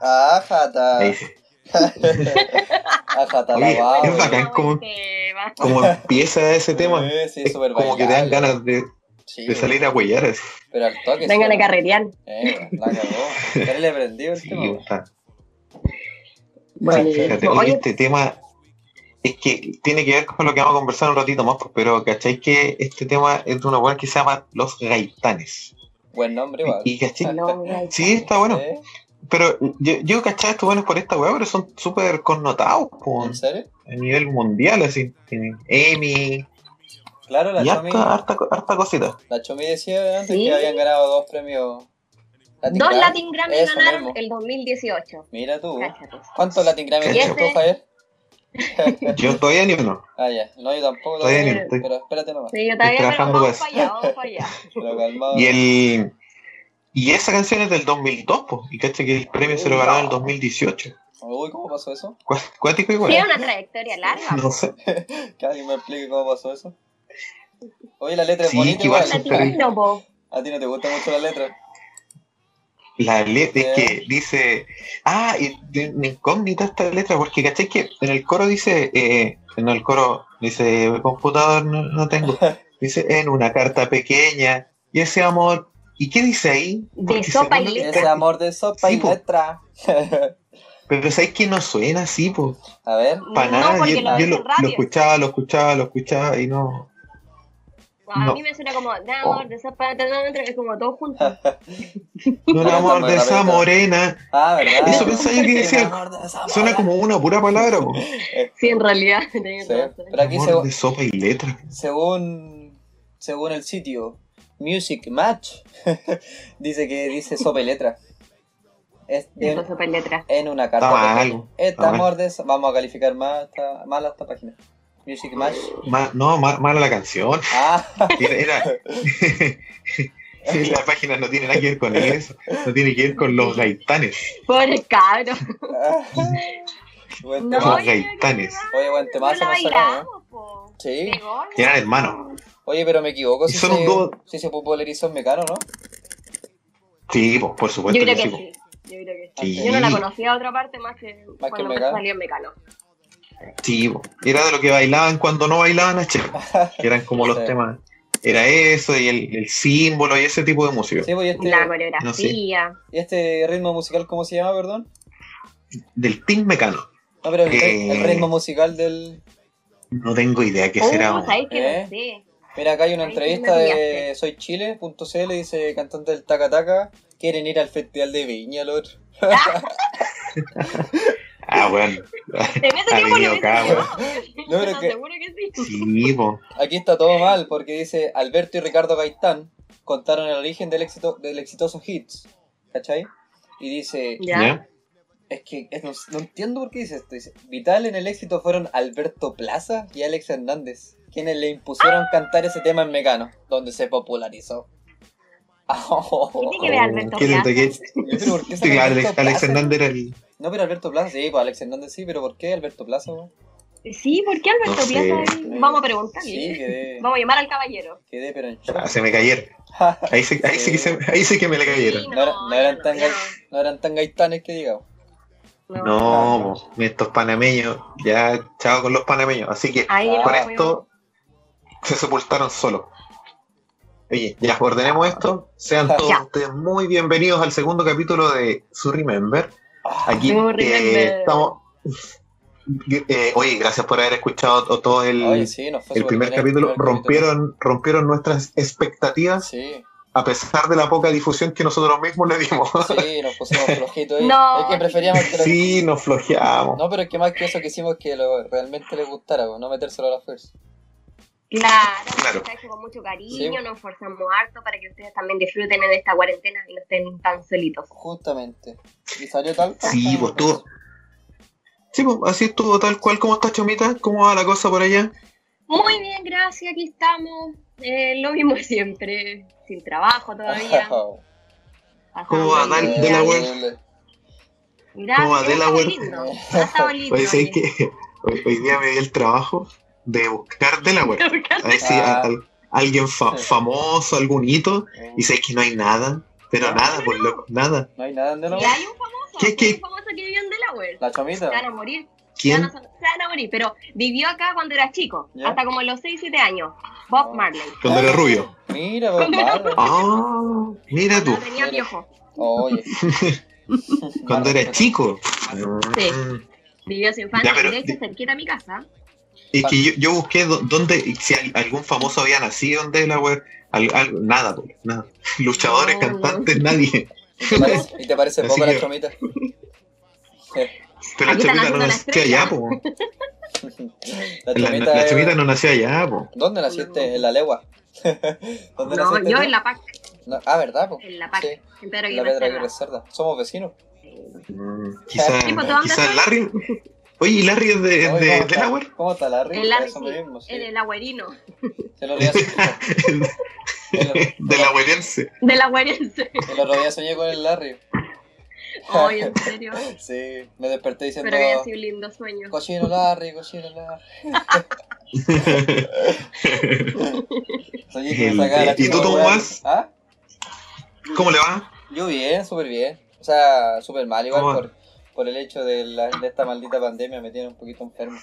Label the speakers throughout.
Speaker 1: Ah, jata.
Speaker 2: Ahí sí.
Speaker 1: Ah, jata
Speaker 2: Oye,
Speaker 1: la
Speaker 2: es bacán como-
Speaker 3: Este, va.
Speaker 2: Como empieza ese tema,
Speaker 1: Sí, sí,
Speaker 2: es
Speaker 1: súper
Speaker 2: como que te dan
Speaker 1: bailable.
Speaker 2: ganas de,
Speaker 1: Sí,
Speaker 2: de salir a huellar así.
Speaker 1: Pero al toque.
Speaker 3: Vengan
Speaker 1: sí.
Speaker 3: a carretear.
Speaker 1: Eh, la cagó. Ya le prendió el
Speaker 2: Sí,
Speaker 1: tema.
Speaker 2: o sea,
Speaker 3: Bueno,
Speaker 2: fíjate, oye,
Speaker 3: oye,
Speaker 2: este tema es que tiene que ver con lo que vamos a conversar un ratito más, pero ¿cacháis que este tema es de una web que se llama Los Gaitanes?
Speaker 1: Buen nombre, igual.
Speaker 2: Y ¿cachai?
Speaker 3: no, ya
Speaker 2: Sí, está bueno.
Speaker 1: ¿Eh?
Speaker 2: Pero yo, yo cachaba estos buenos por esta weá, pero son súper connotados po,
Speaker 1: ¿En serio?
Speaker 2: a nivel mundial, así. Tienen Emmy
Speaker 1: Claro, la
Speaker 2: y
Speaker 1: Chomi,
Speaker 2: harta, harta, co- harta cosita.
Speaker 1: la Chomi decía antes
Speaker 3: Sí.
Speaker 1: que habían ganado dos premios. Latin
Speaker 3: Dos
Speaker 1: Grammy.
Speaker 3: Latin Grammy
Speaker 1: Eso
Speaker 3: ganaron
Speaker 1: mismo.
Speaker 3: el 2018.
Speaker 1: Mira
Speaker 2: Uh.
Speaker 1: tú.
Speaker 3: Cáchate.
Speaker 1: ¿Cuántos Latin Grammy
Speaker 2: ¿Cachai?
Speaker 1: tienes tú, Javier?
Speaker 2: Yo todavía ni uno.
Speaker 1: Ah, ya. No, yo tampoco.
Speaker 2: Todavía
Speaker 1: tampoco,
Speaker 2: ni uno, estoy-
Speaker 1: Pero espérate nomás.
Speaker 3: Sí, yo todavía,
Speaker 2: Estoy
Speaker 3: pero
Speaker 2: trabajando
Speaker 3: vamos
Speaker 2: con
Speaker 3: para allá, vamos para allá.
Speaker 1: Pero calmado.
Speaker 2: Y el y esa canción es del 2002, po, y caché que el premio se lo ganaron en el 2018.
Speaker 1: Uy, ¿cómo pasó eso?
Speaker 2: Cuá- Cuático igual.
Speaker 3: Tiene una trayectoria larga.
Speaker 2: No sé.
Speaker 1: Que alguien me explique cómo pasó eso. Oye, la letra es
Speaker 2: Sí,
Speaker 1: bonita
Speaker 2: que igual
Speaker 1: igual.
Speaker 2: son
Speaker 3: Latino, po.
Speaker 1: A ti no te gusta mucho la letra.
Speaker 2: La letra es
Speaker 1: Eh.
Speaker 2: que dice. Ah, y de- una incógnita esta letra, porque caché que en el coro dice. Eh, en el coro dice: computador no, no tengo. Dice: en una carta pequeña. Y ese amor. ¿Y qué dice ahí?
Speaker 3: De
Speaker 2: Porque
Speaker 3: sopa
Speaker 2: según
Speaker 3: y
Speaker 2: la
Speaker 1: Ese amor de sopa
Speaker 2: Sí,
Speaker 1: y
Speaker 2: po.
Speaker 1: letra.
Speaker 2: Pero sabes que no suena así, pues.
Speaker 1: A ver.
Speaker 2: Para
Speaker 3: no,
Speaker 2: nada.
Speaker 3: porque
Speaker 2: Yo,
Speaker 3: lo
Speaker 2: yo
Speaker 3: dicen
Speaker 2: lo, lo
Speaker 3: rápido.
Speaker 2: escuchaba, lo escuchaba, lo escuchaba y no.
Speaker 3: A
Speaker 2: no. Oh.
Speaker 3: mí me suena como, de amor, de sopa, de amor, es como todo junto.
Speaker 2: No, el
Speaker 1: Está
Speaker 2: amor
Speaker 1: muy
Speaker 2: de esa
Speaker 1: rapidito.
Speaker 2: morena.
Speaker 1: Ah, ¿verdad?
Speaker 2: Eso pensaba yo que decía.
Speaker 1: El amor de esa
Speaker 2: Suena
Speaker 1: morena.
Speaker 2: como una pura palabra, po.
Speaker 3: Sí, en realidad. tenés
Speaker 1: Sí,
Speaker 3: razón.
Speaker 1: Pero aquí
Speaker 2: Amor
Speaker 1: según,
Speaker 2: de sopa y letra.
Speaker 1: según según el sitio Music Match dice que dice sopa y letra. Es de-
Speaker 3: Entonces, pues, letra.
Speaker 1: en una carta.
Speaker 2: Está mal.
Speaker 1: pequeña. Este
Speaker 2: Está mal.
Speaker 1: amor de so- vamos a calificar más esta, mal esta página. Music Match.
Speaker 2: Ma- no, ma- mala la canción.
Speaker 1: Ah,
Speaker 2: Era, era- la página no tiene nada que ver con eso. No tiene que ver con los gaitanes.
Speaker 3: Pobre cabro.
Speaker 1: buen
Speaker 3: No,
Speaker 1: tema.
Speaker 2: los gaitanes.
Speaker 1: Oye, buen
Speaker 3: No
Speaker 1: temazo
Speaker 3: la
Speaker 1: nos sacamos, ¿eh?
Speaker 3: bailamos, po.
Speaker 1: Sí.
Speaker 3: Pegó, ¿no?
Speaker 2: Eran hermanos.
Speaker 1: Oye, pero me equivoco
Speaker 2: Y
Speaker 1: si se,
Speaker 2: son un dúo.
Speaker 1: si se popularizó en Mecano, ¿no?
Speaker 2: Sí, po, por supuesto
Speaker 3: Yo creo
Speaker 2: que
Speaker 3: que
Speaker 2: sí. po.
Speaker 3: sí. Yo creo que sí.
Speaker 2: Sí.
Speaker 3: Yo no la conocía a otra parte más que cuando
Speaker 1: Mecano.
Speaker 3: salió en Mecano.
Speaker 2: Sí, po. Era de lo que bailaban cuando no bailaban a Che. Que eran como los
Speaker 1: Sí.
Speaker 2: temas. Era eso y el, el símbolo y ese tipo de música.
Speaker 1: Sí, pues, y este,
Speaker 3: La coreografía.
Speaker 1: y este ritmo musical, ¿cómo se llama, perdón?
Speaker 2: Del Team Mecano.
Speaker 1: No, pero el,
Speaker 2: Eh.
Speaker 1: el ritmo musical del,
Speaker 2: No tengo idea qué
Speaker 3: Uh,
Speaker 2: será. po.
Speaker 3: ¿sabes qué?
Speaker 1: ¿Eh?
Speaker 3: No sé.
Speaker 1: Mira, acá hay una
Speaker 3: Ahí
Speaker 1: entrevista
Speaker 3: me
Speaker 1: de
Speaker 3: pillaste.
Speaker 1: soychile.cl, dice cantante del Taca Taca, quieren ir al festival de Viña, Lord.
Speaker 2: Ah, bueno.
Speaker 3: En ese tiempo
Speaker 2: Adiós,
Speaker 3: lo hubiese
Speaker 2: cabro.
Speaker 3: llevado.
Speaker 1: No, pero
Speaker 3: Yo
Speaker 1: que-
Speaker 3: seguro que sí.
Speaker 2: Sí, po.
Speaker 1: Aquí está todo mal, porque dice Alberto y Ricardo Gaitán contaron el origen del, éxito, del exitoso hits, ¿cachai? Y dice,
Speaker 3: Ya.
Speaker 1: es que es- no, no entiendo por qué dice esto, dice, vital en el éxito fueron Alberto Plaza y Alex Hernández, quienes le impusieron cantar ese tema en Mecano, donde se popularizó. Ah,
Speaker 3: Tiene que ver Alberto
Speaker 2: Oh, ¿Qué le
Speaker 3: Plaza.
Speaker 2: toqué?
Speaker 1: Yo, oh. pero ¿por qué se
Speaker 2: Sí,
Speaker 1: llama
Speaker 2: Alex,
Speaker 1: Alberto
Speaker 2: Alex
Speaker 1: Plaza?
Speaker 2: Hernández era el.
Speaker 1: No, pero Alberto Plaza, sí, pues Alex Hernández sí, pero ¿por qué Alberto Plaza? weón?
Speaker 3: Sí, ¿por qué Alberto
Speaker 2: No sé.
Speaker 3: Plaza? ahí? Vamos a preguntarle.
Speaker 1: Sí, quedé,
Speaker 3: Vamos a llamar al caballero.
Speaker 1: quedé pero en
Speaker 2: Ah,
Speaker 1: shock.
Speaker 2: se me cayeron. Ahí sí, ahí sí que, se, ahí sí que me le cayeron.
Speaker 3: Sí,
Speaker 1: No, era- no eran
Speaker 3: yo
Speaker 1: tan
Speaker 3: no,
Speaker 1: gay- No eran tan gaitanes que digamos.
Speaker 3: no,
Speaker 2: No, po, estos panameños, ya chao con los panameños. Así que
Speaker 3: Ahí
Speaker 1: Ah.
Speaker 2: con
Speaker 3: no,
Speaker 2: esto se sepultaron solos. Oye, ya ordenemos esto. Sean todos
Speaker 3: Ya.
Speaker 2: ustedes muy bienvenidos al segundo capítulo de Su Remember.
Speaker 1: Ah,
Speaker 2: Aquí
Speaker 3: Su
Speaker 2: eh,
Speaker 3: Remember.
Speaker 2: estamos. eh, oye, gracias por haber escuchado to- todo el,
Speaker 1: Oye, sí, nos fue
Speaker 2: el
Speaker 1: súper
Speaker 2: primer
Speaker 1: bien
Speaker 2: capítulo.
Speaker 1: primer
Speaker 2: rompieron, rompieron nuestras expectativas
Speaker 1: Sí,
Speaker 2: a pesar de la poca difusión que nosotros mismos le dimos.
Speaker 1: sí, nos pusimos flojitos. ahí.
Speaker 3: No.
Speaker 1: Es que preferíamos que lo-
Speaker 2: Sí, nos flojeamos.
Speaker 1: No, pero es que más que eso quisimos que lo, realmente les gustara, weón, no metérselo a la fuerza.
Speaker 3: Claro,
Speaker 2: Claro.
Speaker 3: está hecho con mucho
Speaker 1: Sí,
Speaker 3: cariño,
Speaker 1: bueno.
Speaker 3: nos esforzamos harto para que ustedes también disfruten en esta cuarentena y no estén tan solitos.
Speaker 1: Justamente. Y salió tal.
Speaker 2: Sí, pues tú. Sí, pues así estuvo tal cual. ¿Cómo estás, Chomita? ¿Cómo va la cosa por allá?
Speaker 3: Muy bien, gracias, aquí estamos. Eh, lo mismo siempre,
Speaker 1: Ah,
Speaker 3: sin trabajo todavía.
Speaker 1: Ajá,
Speaker 3: pasando
Speaker 2: ¿Cómo va, Dal-
Speaker 3: el
Speaker 2: de
Speaker 3: día.
Speaker 2: la web?
Speaker 3: Gracias.
Speaker 2: Como Adela
Speaker 3: está
Speaker 2: Huerta.
Speaker 3: lindo, ha estado lindo,
Speaker 2: Oye,
Speaker 3: oye.
Speaker 2: ¿sabes qué? Hoy, hoy día me di el trabajo de buscar Delaware. A ver si a- al- alguien fa- famoso, algún hito. Y sé que no hay nada. Pero nada, por loco, nada.
Speaker 1: No hay nada en
Speaker 3: Y
Speaker 1: Delaware.
Speaker 3: hay un famoso,
Speaker 2: ¿Qué, qué?
Speaker 3: hay un famoso que vivió en Delaware.
Speaker 1: La
Speaker 3: Se
Speaker 1: chomita.
Speaker 3: van a morir.
Speaker 2: ¿Quién?
Speaker 3: Se van a- se van a morir, pero vivió acá cuando era chico,
Speaker 1: Ya.
Speaker 3: hasta como los 6, 7 años. Bob
Speaker 1: Ah.
Speaker 3: Marley.
Speaker 2: Cuando era rubio.
Speaker 1: Mira, Bob Marley.
Speaker 2: Ah, mira tú.
Speaker 3: No tenía viejo.
Speaker 1: Oye.
Speaker 2: Cuando era chico.
Speaker 3: Sí.
Speaker 2: Mm.
Speaker 3: Vivió su infancia,
Speaker 2: Ya, pero-
Speaker 3: de hecho, cerquita a mi casa.
Speaker 2: Es que yo, yo busqué do- dónde, si al- algún famoso había nacido en Delaware, al- algo- nada, po, nada. Luchadores,
Speaker 3: No,
Speaker 2: cantantes, nadie.
Speaker 1: ¿Y te parece, y te parece
Speaker 2: Así
Speaker 1: poco la
Speaker 2: que-
Speaker 1: chomita?
Speaker 2: Pero la
Speaker 3: Aquí está
Speaker 2: chomita no
Speaker 3: naciendo la
Speaker 2: nació
Speaker 3: estrella.
Speaker 2: allá, po.
Speaker 1: La
Speaker 2: La,
Speaker 1: chomita.
Speaker 2: la
Speaker 1: es-
Speaker 2: chomita no nació allá, po.
Speaker 1: ¿Dónde naciste? En la legua. ¿Dónde
Speaker 3: No,
Speaker 1: naciste?
Speaker 3: yo
Speaker 1: tú?
Speaker 3: en La Pac,
Speaker 1: No, Ah, ¿verdad? po?
Speaker 3: en La Pac,
Speaker 1: Sí,
Speaker 3: en Pedro
Speaker 1: en
Speaker 3: Aguirre
Speaker 1: la
Speaker 3: eh,
Speaker 1: Pedra
Speaker 3: Cerda.
Speaker 1: Aguirre Cerda. Somos vecinos.
Speaker 2: Mm, Quizá,
Speaker 1: Sí,
Speaker 3: po, pues, ¿de dónde
Speaker 2: quizá
Speaker 3: soy?
Speaker 2: Larry. Oye, ¿y Larry es de, es
Speaker 1: Oye,
Speaker 2: de
Speaker 1: ¿cómo está?
Speaker 2: Delaware?
Speaker 1: ¿Cómo está Larry?
Speaker 3: El Larry,
Speaker 1: Eso
Speaker 3: sí,
Speaker 1: mismo, sí.
Speaker 3: En el agüerino,
Speaker 1: Se lo robé
Speaker 2: Delawarense.
Speaker 3: del agüerense.
Speaker 1: El otro día soñé con el Larry.
Speaker 3: Ay, en serio.
Speaker 1: Sí, me desperté diciendo,
Speaker 3: Pero había sido un lindo sueño.
Speaker 1: cochino Larry, cochino Larry. Soñé que me
Speaker 2: El-
Speaker 1: sacaba la
Speaker 2: ¿y tú,
Speaker 1: chupa, weón.
Speaker 2: Tomás?
Speaker 1: ¿Ah?
Speaker 2: ¿Cómo le va?
Speaker 1: Yo bien, súper bien. O sea, súper mal igual
Speaker 2: ¿Cómo?
Speaker 1: por, por el hecho de, la- de esta maldita pandemia me tiene un poquito enfermo.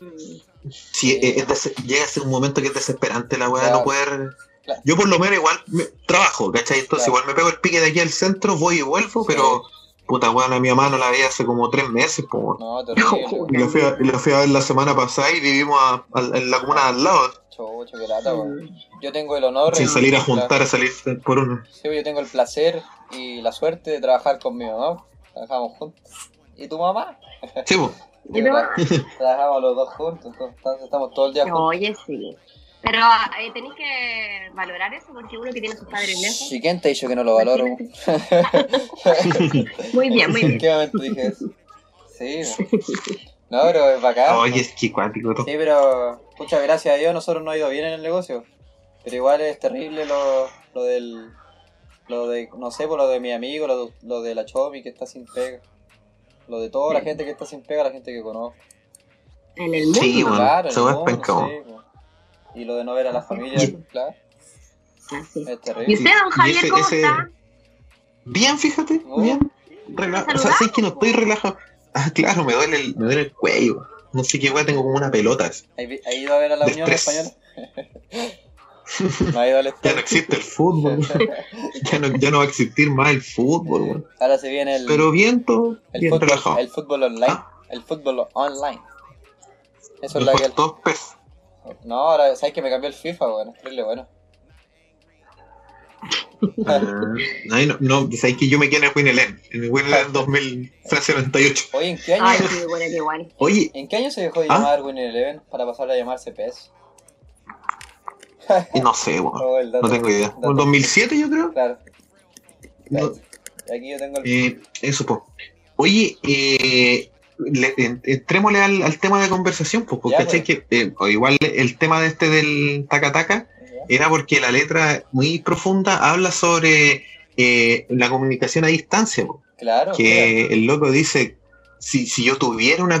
Speaker 3: Mm.
Speaker 2: Sí, eh, es des- llega a ser un momento que es desesperante la weá,
Speaker 1: Claro.
Speaker 2: no poder.
Speaker 1: Claro.
Speaker 2: Yo por lo menos igual me- trabajo, ¿cachai? Entonces
Speaker 1: Claro.
Speaker 2: igual me pego el pique de aquí al centro, voy y vuelvo,
Speaker 1: Sí.
Speaker 2: pero puta weón, a mi mamá no la veía hace como tres meses, po.
Speaker 1: No, terrible. weón.
Speaker 2: Y la fui, a, y la fui a ver la semana pasada y vivimos a- al- en la comuna de al lado,
Speaker 1: Chucho, qué
Speaker 3: mm.
Speaker 1: lata, weón. Yo tengo el honor.
Speaker 2: sin
Speaker 1: el-
Speaker 2: salir a
Speaker 1: la-
Speaker 2: juntar, a salir por uno.
Speaker 1: sí, yo tengo el placer y la suerte de trabajar con mi mamá. Trabajamos juntos. ¿Y tu mamá?
Speaker 2: Sí, po.
Speaker 3: ¿Y tu mamá?
Speaker 1: Trabajamos los dos juntos, entonces estamos todo el día juntos.
Speaker 3: Oye, sí. Pero ah, eh, tenéis que valorar eso porque uno que tiene a sus padres lejos.
Speaker 1: ¿Y quién te ha dicho que no lo valoro?
Speaker 3: Muy bien, muy
Speaker 1: ¿En
Speaker 3: bien.
Speaker 1: qué momento dije eso? Sí, weón. no, pero es bacán. pues.
Speaker 2: Oye, es que cuántico todo.
Speaker 1: Ah, Sí, pero muchas gracias a Dios nosotros no ha ido bien en el negocio. Pero igual es terrible lo, lo del... Lo de, no sé, por lo de mi amigo, lo, lo de la Chomi que está sin pega. Lo de toda la gente que está sin pega, la gente que conozco.
Speaker 3: En el mundo.
Speaker 2: Sí, bueno,
Speaker 1: claro,
Speaker 2: se
Speaker 1: el
Speaker 2: va a
Speaker 1: mundo,
Speaker 2: espencar.
Speaker 1: sí, po. Y lo de no ver a la familia,
Speaker 2: Sí.
Speaker 1: claro,
Speaker 3: Así es.
Speaker 1: es
Speaker 3: ¿Y
Speaker 1: terrible.
Speaker 3: usted, don Javier,
Speaker 2: ese-
Speaker 3: cómo
Speaker 2: ese-
Speaker 3: está?
Speaker 2: Bien, fíjate,
Speaker 1: Oh.
Speaker 2: bien. Rela- o sea, sé que no estoy relajado. Ah, claro, me duele el, me duele el cuello. No sé qué weá, tengo como una pelota. así.
Speaker 1: ¿Ha ido- ha ido a ver a la
Speaker 2: De
Speaker 1: Unión
Speaker 2: estrés.
Speaker 1: Española? no ha ido al
Speaker 2: Ya no
Speaker 1: estadio.
Speaker 2: existe el fútbol, weón. ya no, ya no va a existir más el fútbol, weón.
Speaker 1: Ahora se viene el,
Speaker 2: Pero viento,
Speaker 1: el
Speaker 2: bien
Speaker 1: fútbol,
Speaker 2: relajado.
Speaker 1: el fútbol online.
Speaker 2: Ah.
Speaker 1: El fútbol online. Eso es la
Speaker 2: Después
Speaker 1: que...
Speaker 2: todos pes-
Speaker 1: No, ahora sabes que me cambió el FIFA, weón. Es terrible, bueno.
Speaker 2: Ah, ahí no, no, dice ahí que yo me quedé en el Winnelen, en el Winnelen 2000, Francia 98.
Speaker 1: Oye, ¿en qué año,
Speaker 3: Ay, qué buena, qué guay.
Speaker 2: Oye,
Speaker 1: ¿en qué año se dejó de
Speaker 2: ¿Ah?
Speaker 1: llamar Win Eleven para pasar a llamarse PS?
Speaker 2: no sé, weón.
Speaker 1: Oh, el dato.
Speaker 2: Ah, no tengo idea.
Speaker 1: dato.
Speaker 2: ¿Un 2007 yo creo?
Speaker 1: Claro.
Speaker 2: No,
Speaker 1: Aquí yo tengo el.
Speaker 2: eh, eso, po. Oye, eh, le- en- entrémosle al, al tema de conversación, pues, porque
Speaker 1: Ya,
Speaker 2: ¿cachai? que eh, o igual el tema de este del taca-taca, era porque la letra muy profunda habla sobre eh, la comunicación a distancia, po.
Speaker 1: Claro. Ah, mira.
Speaker 2: que el loco dice, si, si yo tuviera una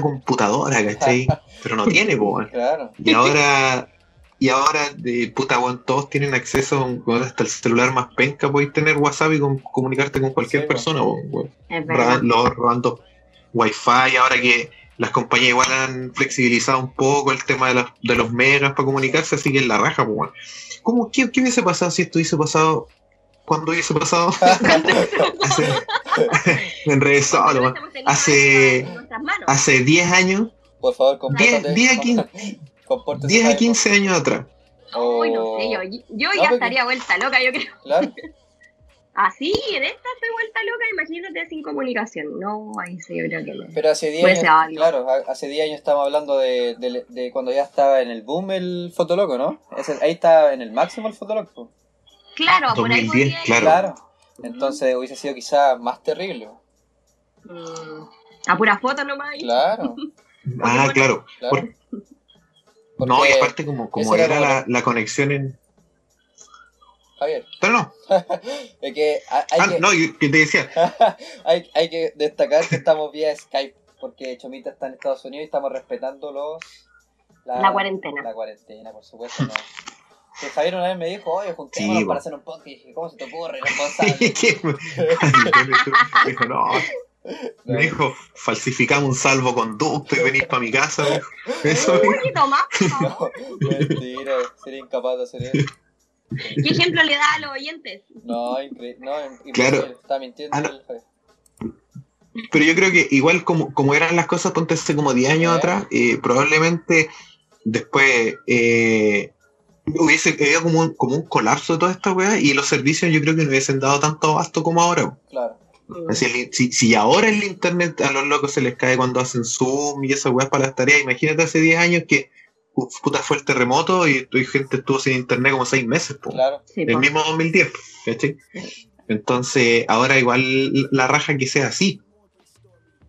Speaker 2: computadora, ¿cachai? Pero no tiene, po, weón.
Speaker 1: Claro.
Speaker 2: y ahora, y ahora, de puta, weón, todos tienen acceso, weón, hasta el celular más penca, podéis tener WhatsApp y con- comunicarte con cualquier
Speaker 1: Sí, po.
Speaker 2: persona, po, weón.
Speaker 3: Es
Speaker 2: Roban-
Speaker 3: verdad.
Speaker 2: los robando wifi, ahora que las compañías igual han flexibilizado un poco el tema de, las- de los megas para comunicarse, así que es la raja, pues, weón. ¿Cómo, qué, qué hubiese pasado si esto hubiese pasado? ¿Cuándo hubiese pasado? hace, me enredé solo, weón.
Speaker 3: Hemos tenido
Speaker 2: hace-
Speaker 3: algo en nuestras manos.
Speaker 2: Hace 10 años,
Speaker 1: Por favor,
Speaker 2: 10,
Speaker 1: compórtate.
Speaker 2: 10 a 15, 10 a 15 años atrás.
Speaker 3: Uy, no sé, yo, yo
Speaker 1: No,
Speaker 3: ya
Speaker 1: porque-
Speaker 3: estaría vuelta loca, yo creo.
Speaker 1: Oh, Claro.
Speaker 3: Así, en esta estoy vuelta loca, imagínate sin comunicación. No, ahí sí, yo creo que no.
Speaker 1: Pero hace 10
Speaker 3: Puede
Speaker 1: años.
Speaker 3: ser algo.
Speaker 1: Claro, ha- hace 10 años estábamos hablando de, de- de cuando ya estaba en el boom el Fotoloco, ¿no? Ese- ahí está en el máximo el Fotoloco.
Speaker 3: Claro, por ahí
Speaker 2: 2010,
Speaker 3: podría ir.
Speaker 2: claro.
Speaker 1: Claro. Entonces hubiese sido quizá más terrible.
Speaker 3: Mm, A pura foto nomás. ahí.
Speaker 1: Claro,
Speaker 2: Ah, claro.
Speaker 1: claro. Porque-
Speaker 2: No, y aparte como,
Speaker 1: eso
Speaker 2: como
Speaker 1: era
Speaker 2: era
Speaker 1: como
Speaker 2: la, la conexión en...
Speaker 1: Javier,
Speaker 2: Pero no,
Speaker 1: Es que hay, hay
Speaker 2: Ah,
Speaker 1: que, Ah.
Speaker 2: no, yo- que te decía,
Speaker 1: hay, hay que destacar que estamos vía Skype, porque Chomita está en Estados Unidos y estamos respetando los,
Speaker 3: La cuarentena.
Speaker 1: La cuarentena, por supuesto. ¿no? Que Javier una vez me dijo, oye, juntémonos
Speaker 2: Sí, bo.
Speaker 1: para hacer un podcast. Y dije, ¿cómo se te ocurre,
Speaker 2: que-
Speaker 1: responsable?
Speaker 2: que- dijo, no, me dijo, falsificamos un salvoconducto y venís para mi casa. me dijo. Eso me dijo.
Speaker 3: Uy, toma.
Speaker 1: No, mentira, sería incapaz de hacer eso.
Speaker 3: ¿Qué ejemplo le da a los oyentes?
Speaker 1: No, increíble. No, imposible.
Speaker 2: Claro.
Speaker 1: Está mintiendo.
Speaker 2: Ah, no.
Speaker 1: el Javier.
Speaker 2: Pero yo creo que igual como, como eran las cosas ponte hace como 10 años
Speaker 1: Sí.
Speaker 2: atrás, eh, probablemente después eh, hubiese habido como un, como un colapso de toda esta weá y los servicios yo creo que no hubiesen dado tanto abasto como ahora.
Speaker 1: Claro.
Speaker 3: Mm,
Speaker 2: Así el- si, si ahora el internet a los locos se les cae cuando hacen Zoom y esas weas para las tareas, imagínate hace 10 años que uf, puta fue el terremoto y, tu gente estuvo sin internet como 6 meses. po.
Speaker 1: Claro.
Speaker 3: Sí,
Speaker 2: El
Speaker 3: po.
Speaker 2: mismo 2010, ¿cachai? Entonces, ahora igual la raja que sea así.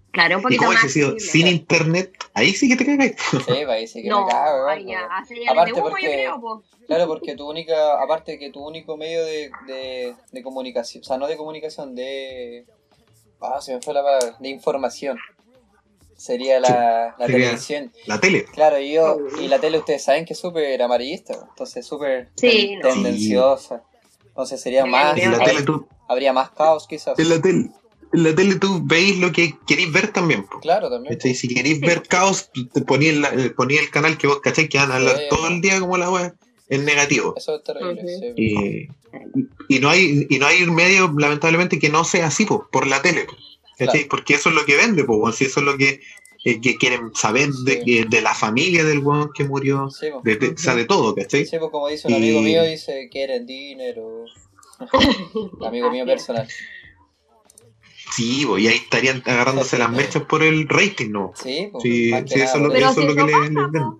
Speaker 3: Claro, un
Speaker 2: ¿Y
Speaker 3: poquito
Speaker 2: cómo
Speaker 3: más.
Speaker 2: hubiese sido
Speaker 3: accesible.
Speaker 2: sin internet? Ahí sí que te cagáis.
Speaker 1: Sí, parece que
Speaker 3: No,
Speaker 1: me cago,
Speaker 3: ay,
Speaker 1: weón,
Speaker 3: ya,
Speaker 1: porque-
Speaker 3: hace ya
Speaker 1: Aparte
Speaker 3: de humo,
Speaker 1: porque-
Speaker 3: yo creo, po.
Speaker 1: Claro, porque tu única, aparte que tu único medio de, de, de comunicación, o sea, no de comunicación, de... Ah, se me fue la palabra, de información. Sería la, la
Speaker 2: sería-
Speaker 1: televisión.
Speaker 2: La tele.
Speaker 1: Claro, y yo,
Speaker 3: Sí.
Speaker 1: y la tele ustedes saben que es súper amarillista, weón, entonces súper
Speaker 3: Sí,
Speaker 1: ten-
Speaker 3: no.
Speaker 1: tendenciosa. Entonces sería
Speaker 3: Sí,
Speaker 1: más,
Speaker 2: En la
Speaker 1: habría,
Speaker 2: tele tú,
Speaker 1: habría más caos quizás.
Speaker 2: en la tele, en la tele tú veis lo que queréis ver también. po.
Speaker 1: Claro, también.
Speaker 2: ¿Cachai? Si queréis ver caos, te poní el, eh, poní el canal que vos cacháis que van a hablar
Speaker 1: Sí.
Speaker 2: todo el día como la web en negativo.
Speaker 1: Eso es terrible.
Speaker 3: Ujú.
Speaker 1: sí.
Speaker 2: Y, Eh, y no hay y no hay un medio, lamentablemente, que no sea así po, por la tele. po. ¿Cachai? Porque eso es lo que vende, po, weón. si eso es lo que, eh, que quieren saber de,
Speaker 1: Sí.
Speaker 2: que- de la familia del weón que murió,
Speaker 1: Sí, po.
Speaker 2: de, de- o sea, de todo, ¿cachai?
Speaker 1: Sí, pues como dice un amigo
Speaker 2: Y-
Speaker 1: mío, dice que eres dinero. amigo mío
Speaker 3: Así es.
Speaker 1: personal.
Speaker 2: Sí, bo, y ahí estarían agarrándose las mechas por el rating, ¿no?
Speaker 1: Sí, pues,
Speaker 2: Sí,
Speaker 1: más que
Speaker 2: sí,
Speaker 1: nada,
Speaker 2: eso es lo
Speaker 1: porque-
Speaker 3: Pero si
Speaker 2: es
Speaker 3: eso
Speaker 2: lo que le-
Speaker 3: pasa,
Speaker 2: le venden.
Speaker 3: po.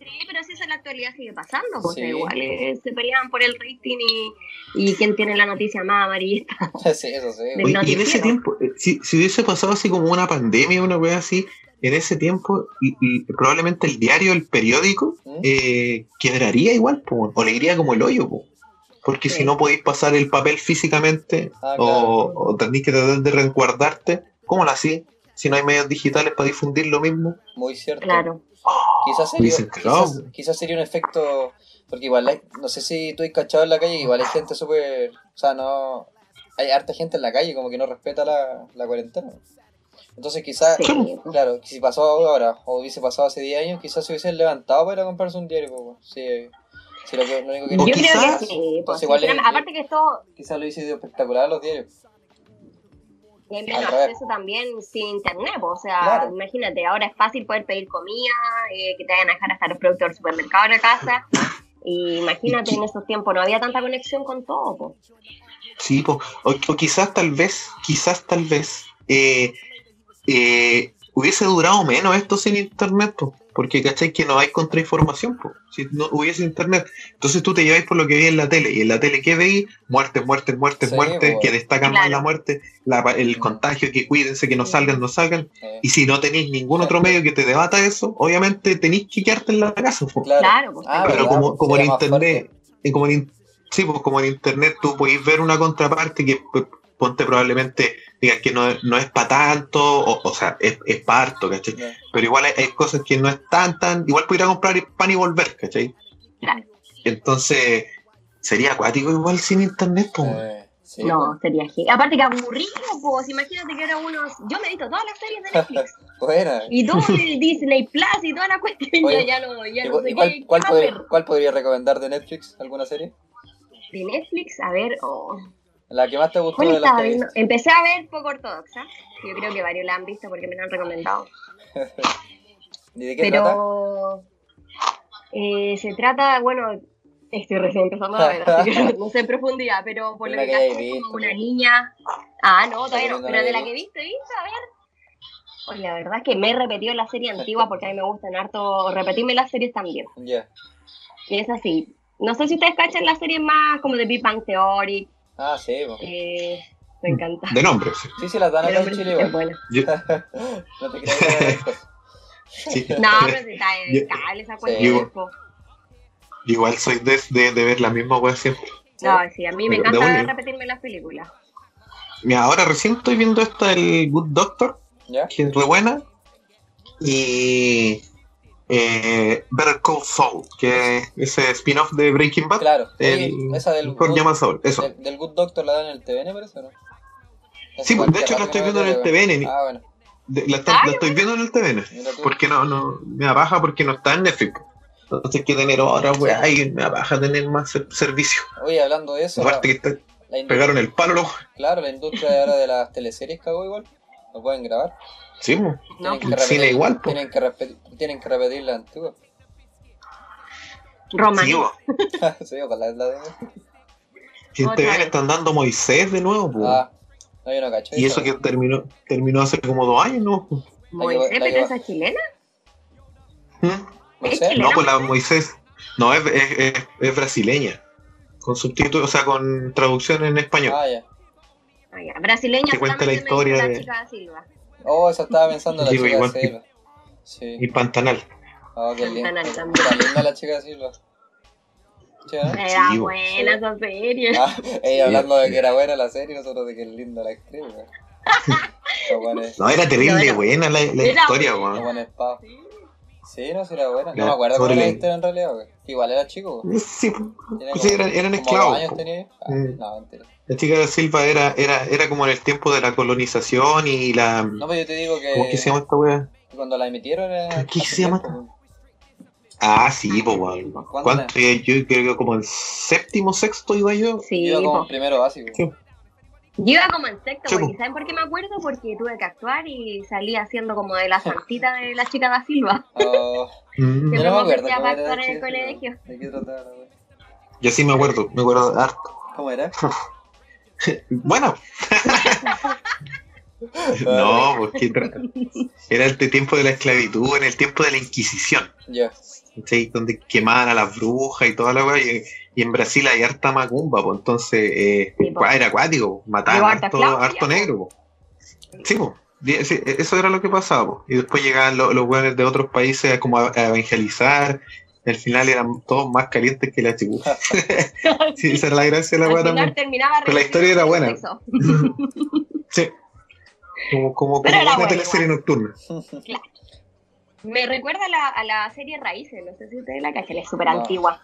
Speaker 3: Sí, pero si eso en la actualidad sigue pasando, pues
Speaker 1: Sí.
Speaker 3: igual eh, se peleaban por el rating y, y quién tiene la noticia más amarillista.
Speaker 1: Sí, eso sí.
Speaker 3: Del
Speaker 1: pues.
Speaker 2: Oye, y en ese
Speaker 3: noticiero.
Speaker 2: tiempo, eh, si, si hubiese pasado así como una pandemia, una wea así, en ese tiempo y- y probablemente el diario, el periódico,
Speaker 1: ¿Mm?
Speaker 2: eh, quebraría igual, po, o le iría como el hoyo, po. porque
Speaker 3: Sí.
Speaker 2: si no podéis pasar el papel físicamente
Speaker 1: Ah,
Speaker 2: o, o tenéis que tratar de resguardarte, ¿cómo lo hacís? Si no hay medios digitales para difundir lo mismo,
Speaker 1: Muy cierto.
Speaker 3: Claro.
Speaker 1: Quizás sería,
Speaker 2: Dicen que no,
Speaker 1: quizás,
Speaker 2: pues.
Speaker 1: quizás sería un efecto. Porque igual, hay- no sé si tú has cachado en la calle, igual hay gente súper. O sea, no. Hay harta gente en la calle, como que no respeta la, la cuarentena. Entonces, quizás.
Speaker 3: Sí.
Speaker 1: Claro, que si pasó ahora o hubiese pasado hace 10 años, quizás se hubiesen levantado para ir a comprarse un diario. Pues, sí, sí, lo, que, lo único que
Speaker 2: O
Speaker 3: Yo creo
Speaker 2: quizás-
Speaker 3: que sí, pues,
Speaker 1: Entonces, igual
Speaker 3: sinceramente,
Speaker 1: es-
Speaker 3: aparte que esto
Speaker 1: quizás lo hubiese sido espectacular a los diarios.
Speaker 3: Y hay menos
Speaker 1: Al revés.
Speaker 3: acceso también sin internet, po. o sea,
Speaker 1: Claro.
Speaker 3: imagínate, ahora es fácil poder pedir comida, eh, que te vayan a dejar hasta los productos del supermercado en la casa. Y imagínate, en esos tiempos no había tanta conexión con todo. pues. po.
Speaker 2: Sí, po. O, o quizás tal vez, quizás tal vez eh, eh, hubiese durado menos esto sin internet, po. porque cachai que no hay contrainformación, po. si no hubiese internet. Entonces tú te lleváis por lo que vi en la tele, y en la tele que veis, muerte, muerte, muerte,
Speaker 1: Sí,
Speaker 2: muerte,
Speaker 1: po.
Speaker 2: que destacan más
Speaker 3: Claro.
Speaker 2: la muerte, la- el contagio, que cuídense, que no salgan, no salgan.
Speaker 1: Eh,
Speaker 2: Y si no tenéis ningún otro medio que te debata eso, obviamente tenéis que quedarte en la casa. po.
Speaker 1: claro.
Speaker 3: Claro, pues,
Speaker 1: Ah,
Speaker 2: Pero
Speaker 1: ¿verdad?
Speaker 2: como, como en
Speaker 1: Sería más
Speaker 2: internet, y como en, in- sí, pues como en internet tú podéis ver una contraparte que pues, ponte probablemente digas que no, no es para tanto, o, o sea, es, es pa' harto, ¿cachai?
Speaker 1: fuerte.
Speaker 2: Pero igual hay, hay cosas que no es tan, tan, igual pudiera comprar pan y volver, ¿cachai?
Speaker 3: Claro.
Speaker 2: Entonces, sería acuático igual sin internet, pues.
Speaker 1: Eh, sí,
Speaker 3: no, sería genial. Aparte que aburrido, pues, imagínate que era unos... Yo me he visto todas las series de Netflix
Speaker 1: Buena.
Speaker 3: y todo el Disney Plus y toda la cuestión. Yo
Speaker 1: Oye,
Speaker 3: ya no, ya
Speaker 1: ¿Y
Speaker 3: no
Speaker 1: cu-
Speaker 3: sé
Speaker 1: y cuál,
Speaker 3: qué-
Speaker 1: cuál
Speaker 3: qué
Speaker 1: podría,
Speaker 3: hacer.
Speaker 1: cuál podría recomendar de Netflix? ¿Alguna serie?
Speaker 3: De Netflix, a ver, oh.
Speaker 1: La que más te gustó
Speaker 3: ¿Cuál
Speaker 1: de las
Speaker 3: estaba
Speaker 1: que
Speaker 3: viendo?
Speaker 1: viste.
Speaker 3: Empecé a ver poco ortodoxa. que Yo creo que varios la han visto porque me la han recomendado.
Speaker 1: ¿Y de qué trata?
Speaker 3: pero eh, se trata, bueno, estoy recién empezando a ver, así que no, no sé en profundidad, pero por lo
Speaker 1: Una
Speaker 3: que
Speaker 1: que hayas
Speaker 3: caché es como
Speaker 1: visto.
Speaker 3: una niña. Ah, no, todavía no,
Speaker 1: Recomiéndame
Speaker 3: pero de la
Speaker 1: algo.
Speaker 3: que viste, viste, a ver. Pues la verdad es que me he repetido la serie antigua porque a mí me gustan harto repetirme las series también.
Speaker 1: Ya.
Speaker 3: Y es así. No sé si ustedes cachan las series más como de Big Bang Theory.
Speaker 1: Ah, sí, po.
Speaker 3: eh, me encanta.
Speaker 2: De nombre, sí.
Speaker 1: Sí, sí, las dan acá
Speaker 3: Pero
Speaker 1: en Chile
Speaker 3: es
Speaker 1: igual.
Speaker 3: buena.
Speaker 2: Yo-
Speaker 1: No te creas que era gran cosa.
Speaker 2: sí.
Speaker 3: No, pero se está en
Speaker 2: Yo-
Speaker 3: cable esa
Speaker 1: Sí.
Speaker 3: cuestión. po.
Speaker 2: Igual soy de, de, de ver la misma wea siempre.
Speaker 3: No, sí, a mí me
Speaker 2: Pero, ¿de
Speaker 3: encanta
Speaker 2: dónde?
Speaker 3: repetirme las películas.
Speaker 2: Mira, ahora recién estoy viendo esta del Good Doctor,
Speaker 1: ¿Ya?
Speaker 2: que es re buena. Y eh, Better Call Saul, que es ese spin-off de Breaking Bad.
Speaker 1: Claro.
Speaker 2: el,
Speaker 1: Oye, esa del
Speaker 2: por
Speaker 1: Good-
Speaker 2: llama Saul, eso.
Speaker 1: del, del Good Doctor la dan en el TVN, parece, ¿o ¿no? Hace
Speaker 2: Sí, pues, de hecho, la
Speaker 1: rato que
Speaker 2: estoy
Speaker 1: no
Speaker 2: viendo en el
Speaker 1: veo tele,
Speaker 2: TVN.
Speaker 1: weón. Ah, bueno.
Speaker 2: De- la, está-
Speaker 3: Ah,
Speaker 2: la estoy viendo en el TVN.
Speaker 1: Mira tú.
Speaker 2: Porque no, no, me abaja porque no está en Netflix. Entonces hay que tener otra weá y me abaja tener más ser- servicio.
Speaker 1: Oye, hablando de eso, la,
Speaker 2: Aparte que está-
Speaker 1: la industria-
Speaker 2: pegaron el palo los
Speaker 1: claro, la industria de ahora de las teleseries cagó igual. Lo pueden grabar.
Speaker 2: Sí, mo.
Speaker 3: No,
Speaker 1: que
Speaker 2: el cine igual, po.
Speaker 1: tienen, que repetir, tienen que repetir la antigua.
Speaker 3: Roman.
Speaker 2: Sí, mo.
Speaker 1: sí, ojalá la de...
Speaker 2: Que en
Speaker 3: Otra
Speaker 2: TVN
Speaker 3: vez.
Speaker 2: están dando Moisés de nuevo, po.
Speaker 1: Ah, no, yo no cacho.
Speaker 2: Uh. y eso
Speaker 1: weón.
Speaker 2: que terminó terminó hace como dos años, ¿no? po.
Speaker 1: La
Speaker 3: Moisés,
Speaker 1: lleva- la
Speaker 3: pero
Speaker 1: lleva-
Speaker 3: esa es chilena.
Speaker 2: ¿Mm?
Speaker 1: No
Speaker 3: es
Speaker 1: sé.
Speaker 2: No, pues la Moisés. No, es, es, es- es brasileña. Con subtítulos, o sea, con traducción en español.
Speaker 1: Ah, ya.
Speaker 3: Ah, ya. Brasileña.
Speaker 2: Te cuenta la
Speaker 3: solamente me
Speaker 2: historia
Speaker 3: dice la
Speaker 2: de-
Speaker 3: chica da Silva.
Speaker 1: Oh, eso estaba pensando la
Speaker 2: Digo,
Speaker 1: chica de
Speaker 2: igual que-
Speaker 1: Silva. Sí.
Speaker 2: Y Pantanal.
Speaker 1: Ah, qué linda.
Speaker 3: Santana también.
Speaker 1: Está linda la chica de Silva. Sí, ¿no?
Speaker 3: Era
Speaker 2: Sí, bo.
Speaker 3: buena esa serie.
Speaker 1: Ah,
Speaker 2: Sí,
Speaker 1: ella hablando de
Speaker 2: sí.
Speaker 1: que era buena la serie, nosotros de que es linda la actriz, weón. Lo bueno es,
Speaker 2: No, era terrible,
Speaker 3: No,
Speaker 2: buena la, la
Speaker 3: Era
Speaker 2: historia,
Speaker 1: lo
Speaker 2: weón.
Speaker 1: bueno es pavo.
Speaker 3: Sí.
Speaker 1: Sí, no, sí era buena. No
Speaker 2: La
Speaker 1: me acuerdo cómo era la
Speaker 2: Sorley.
Speaker 1: historia en realidad, weón. Igual era chico, weón.
Speaker 2: Sí, po.
Speaker 1: Tenía
Speaker 2: pues Sí,
Speaker 1: como-
Speaker 2: eran, eran
Speaker 1: como
Speaker 2: esclavos.
Speaker 1: dos años
Speaker 2: po.
Speaker 1: tenía. Ah,
Speaker 2: Mm.
Speaker 1: no, mentira.
Speaker 2: La chica da Silva era, era, era como en el tiempo de la colonización y la.
Speaker 1: No, pero yo te digo
Speaker 2: ¿Cómo es que se llama
Speaker 1: que
Speaker 2: esta wea?
Speaker 1: cuando la emitieron era.
Speaker 2: ¿Qué
Speaker 1: hace
Speaker 2: se llama?
Speaker 1: tiempo, weón.
Speaker 2: Ah, sí, pues, weón. ¿Cuánto? Yo creo que como el séptimo, sexto iba yo.
Speaker 3: Sí,
Speaker 1: Iba como
Speaker 3: bo.
Speaker 1: en primero básico.
Speaker 2: Sí.
Speaker 3: Yo iba como en sexto,
Speaker 2: Sí,
Speaker 3: porque
Speaker 2: po.
Speaker 3: ¿saben por qué me acuerdo? Porque tuve que actuar y salí haciendo como de la santita de la chica da Silva.
Speaker 1: Oh, yo
Speaker 2: Mm.
Speaker 3: Siempre
Speaker 1: no me
Speaker 3: me
Speaker 1: acuerdo
Speaker 3: ofrecía
Speaker 1: cómo
Speaker 3: para
Speaker 1: era
Speaker 3: actuar en el
Speaker 1: chiste,
Speaker 3: colegio.
Speaker 1: weón. ¿De qué trataba la weón?
Speaker 2: Yo sí me acuerdo, me acuerdo harto.
Speaker 1: ¿Cómo era?
Speaker 2: Bueno. no, porque tra- era el tiempo de la esclavitud, en el tiempo de la Inquisición,
Speaker 1: Ya.
Speaker 2: ¿sí? donde quemaban a las brujas y toda la weá. Y, y en Brasil hay harta macumba, pues entonces eh,
Speaker 3: Sí, po.
Speaker 2: era acuático,
Speaker 3: Llegó
Speaker 2: mataban
Speaker 3: harta
Speaker 2: harto,
Speaker 3: esclava,
Speaker 2: harto
Speaker 3: ya, po.
Speaker 2: negro. po. Sí, po. Y- e, sí, eso era lo que pasaba. po. Y después llegaban lo- los weones de otros países como a, a evangelizar. y Al final eran todos más calientes que la chibuja. sí, esa era la gracia de la
Speaker 3: Al
Speaker 2: weá
Speaker 3: final
Speaker 2: también.
Speaker 3: terminaba
Speaker 2: Pero la historia era buena.
Speaker 3: sexo.
Speaker 2: Sí. Como, como,
Speaker 3: Pero
Speaker 2: como
Speaker 3: era
Speaker 2: una
Speaker 3: bueno,
Speaker 2: teleserie nocturna.
Speaker 3: Me recuerda a la, a la serie Raíces, no sé si ustedes la cachan, es súper
Speaker 1: No.
Speaker 3: antigua.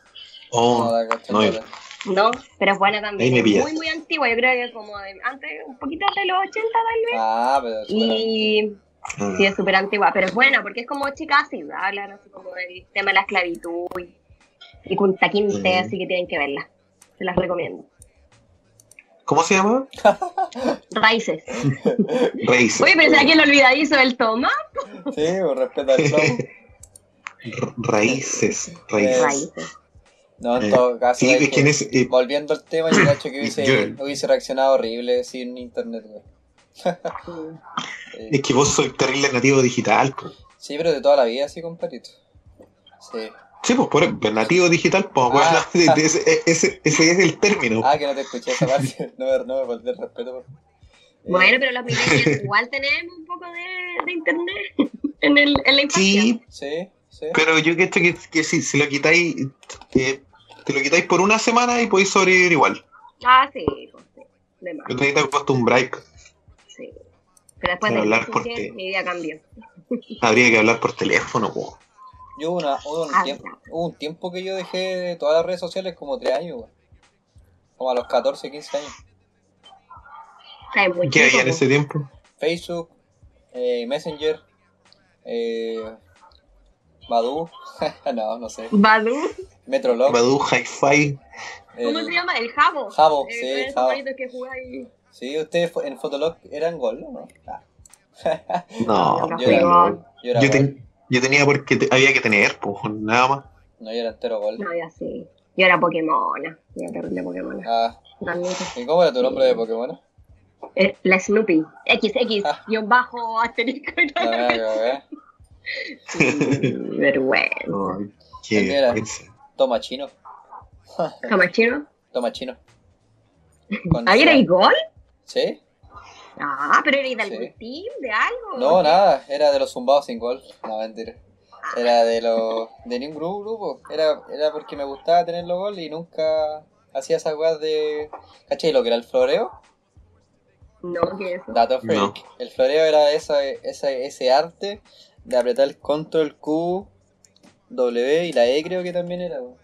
Speaker 1: No,
Speaker 2: Oh,
Speaker 1: la cacho,
Speaker 2: no,
Speaker 1: no,
Speaker 2: yo-
Speaker 1: la-
Speaker 3: No, pero es buena también.
Speaker 2: Ahí me
Speaker 3: es
Speaker 2: pillas.
Speaker 3: muy, muy antigua. Yo creo que como de- antes, un poquito de los 80 tal vez.
Speaker 1: Ah, pero. espera.
Speaker 3: Y
Speaker 2: ah,
Speaker 3: sí, es súper antigua, pero es buena porque es como chicas así, hablan así como del tema de la esclavitud y, y Kunta Kinte,
Speaker 2: Mm.
Speaker 3: así que tienen que verla. Se las recomiendo.
Speaker 2: ¿Cómo se llamaba?
Speaker 3: Raíces.
Speaker 2: Raíces.
Speaker 3: Oye, pensé que el olvidadizo del Tomás.
Speaker 1: Sí, con respeto al flow.
Speaker 2: R- Raíces. Raíces.
Speaker 3: Raíces.
Speaker 1: No, en
Speaker 2: Eh,
Speaker 1: todo caso.
Speaker 2: Sí,
Speaker 1: hay
Speaker 2: es que en ese- eh,
Speaker 1: Volviendo al tema, yo cacho que hubiese,
Speaker 2: Yo-
Speaker 1: hubiese reaccionado horrible sin internet, güey.
Speaker 2: es
Speaker 1: Sí.
Speaker 2: que vos sois terrible nativo digital. po.
Speaker 1: Sí, pero de toda la vida, sí, compadrito. Sí.
Speaker 2: Sí, pues por el nativo digital, pues bueno,
Speaker 1: Ah.
Speaker 2: de- de ese, e, ese, ese es el término.
Speaker 1: Ah, que no te escuché esa parte. No me, no me falté el respeto, por favor. Eh,
Speaker 3: Bueno, pero los millennials igual tenemos un poco de, de internet en, el, en la infancia.
Speaker 2: Sí,
Speaker 1: Sí, sí.
Speaker 2: pero yo creo que, que sí, si lo quitáis, eh, te lo quitáis por una semana y podéis sobrevivir igual.
Speaker 3: Ah, sí, pues sí. De más,
Speaker 2: No te acostumbráis.
Speaker 3: sí. Pero después
Speaker 2: Pero
Speaker 3: de
Speaker 2: hablar por ti.
Speaker 3: mi vida cambió.
Speaker 2: Habría que hablar por teléfono, po.
Speaker 1: Yo hubo, una, hubo un
Speaker 3: Ah,
Speaker 1: tiempo, hubo un tiempo que yo dejé todas las redes sociales como tres años, güey. Como a los 14, 15 años.
Speaker 3: Está muy chico,
Speaker 2: ¿Qué había en
Speaker 3: pues.
Speaker 2: ese tiempo?
Speaker 1: Facebook, eh, Messenger, eh, Badu, no, no sé,
Speaker 3: Badu.
Speaker 1: Metrolog,
Speaker 2: Badu, Hi-Fi,
Speaker 1: el-
Speaker 3: ¿Cómo se llama? El Jabo.
Speaker 1: Jabo,
Speaker 3: Eh,
Speaker 1: sí,
Speaker 3: con esos
Speaker 1: Jabo.
Speaker 3: bonitos que jugáis.
Speaker 1: Sí, ustedes fo- en Fotolog eran gol, ¿no? Ah,
Speaker 2: No,
Speaker 3: Yo
Speaker 2: yo, era
Speaker 3: tengo-
Speaker 2: LOL.
Speaker 1: yo era
Speaker 2: Yo
Speaker 1: gol,
Speaker 2: ten- yo tenía porque te- había que tener, pues, nada más.
Speaker 1: no, yo era entero gol.
Speaker 3: No, yo sí. Yo era Pokémona. Yo era terrible Pokémona.
Speaker 1: Ah,
Speaker 3: También.
Speaker 1: ¿y cómo era tu nombre de Pokémon?
Speaker 3: Eh, la Snoopy. XX.
Speaker 1: Ah.
Speaker 3: Guión bajo asterisco.
Speaker 1: La verdad que, ¿eh?
Speaker 3: Mm, Vergüenza.
Speaker 1: Ah.
Speaker 2: No, qué
Speaker 1: Mira.
Speaker 2: vergüenza.
Speaker 1: Toma chino,
Speaker 3: ¿Camachino?
Speaker 1: toma chino. Con-
Speaker 3: ¿Ahí era gol?
Speaker 1: ¿Sí?
Speaker 3: Ah, pero eres de
Speaker 1: Sí.
Speaker 3: algún team, de algo.
Speaker 1: No, nada, era de los zumbados sin gol, no, mentira. Era de los, de ningún gru- grupo, era, era porque me gustaba tener los gol y nunca, hacía esas weas de. ¿Cachai lo que era el floreo?
Speaker 3: No, que eso.
Speaker 1: Dato freak.
Speaker 2: No.
Speaker 1: El floreo era esa, esa- ese arte de apretar el control Q, W y la E creo que también era. weón.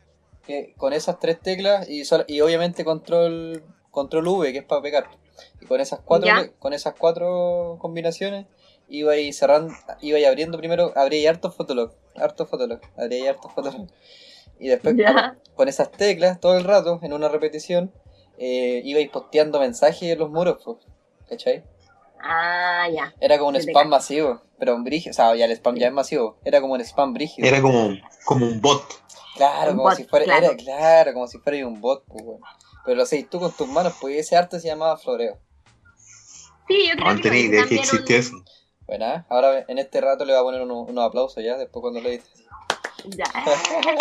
Speaker 1: Que con esas tres teclas y, sol- y obviamente control control V que es para pegar. Y con esas cuatro
Speaker 3: Ya.
Speaker 1: con esas cuatro combinaciones iba y cerrando iba y abriendo primero, abría y harto Fotolog, harto Fotolog, abría y harto Fotolog. Y después
Speaker 3: Ya.
Speaker 1: con esas teclas todo el rato, en una repetición, eh, ibais posteando mensajes en los muros, po, ¿cachai?
Speaker 3: Ah, ya.
Speaker 1: Era como un
Speaker 3: Que te
Speaker 1: spam
Speaker 3: cacha.
Speaker 1: masivo, pero un brígido, o sea, ya el spam ya es masivo, era como un spam brígido.
Speaker 2: Era como, como un bot.
Speaker 1: claro,
Speaker 3: un
Speaker 1: como
Speaker 3: bot,
Speaker 1: si fuera,
Speaker 3: claro.
Speaker 1: era claro, como si fuera un bot, pues, weón. Pero lo hacéis tú con tus manos, pues y ese arte se llamaba floreo.
Speaker 3: Sí, yo creo
Speaker 2: No
Speaker 3: que
Speaker 2: tenía
Speaker 3: también
Speaker 2: idea que
Speaker 3: un-
Speaker 2: existía eso.
Speaker 1: Bueno, ¿eh? ahora en este rato le voy a poner uno- unos aplausos ya, después cuando lo dices.
Speaker 3: Ya.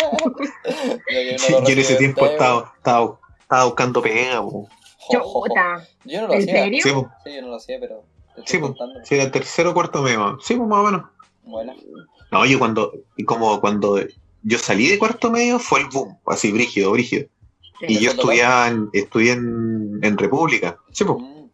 Speaker 1: Yo que no
Speaker 2: Sí,
Speaker 1: lo
Speaker 2: yo en ese
Speaker 1: representé,
Speaker 2: tiempo
Speaker 1: weón.
Speaker 2: estaba, estaba, estaba buscando pega, po.
Speaker 1: Jo, jo, jo.
Speaker 3: Chuta.
Speaker 1: Yo no lo
Speaker 3: ¿En
Speaker 1: hacía.
Speaker 3: serio?
Speaker 2: Sí, po.
Speaker 1: Sí, yo no lo hacía, pero te estoy
Speaker 2: Sí, po.
Speaker 1: contando.
Speaker 2: Sí, era el tercero o cuarto medio. Sí, pues más o menos.
Speaker 1: Bueno.
Speaker 2: No, yo cuando, como cuando yo salí de cuarto medio fue el boom, así brígido, brígido.
Speaker 3: Sí.
Speaker 2: Y yo
Speaker 1: ¿Eso tocó?
Speaker 2: estudiaba en, estudié en, en República. Sí, po.
Speaker 1: Mm.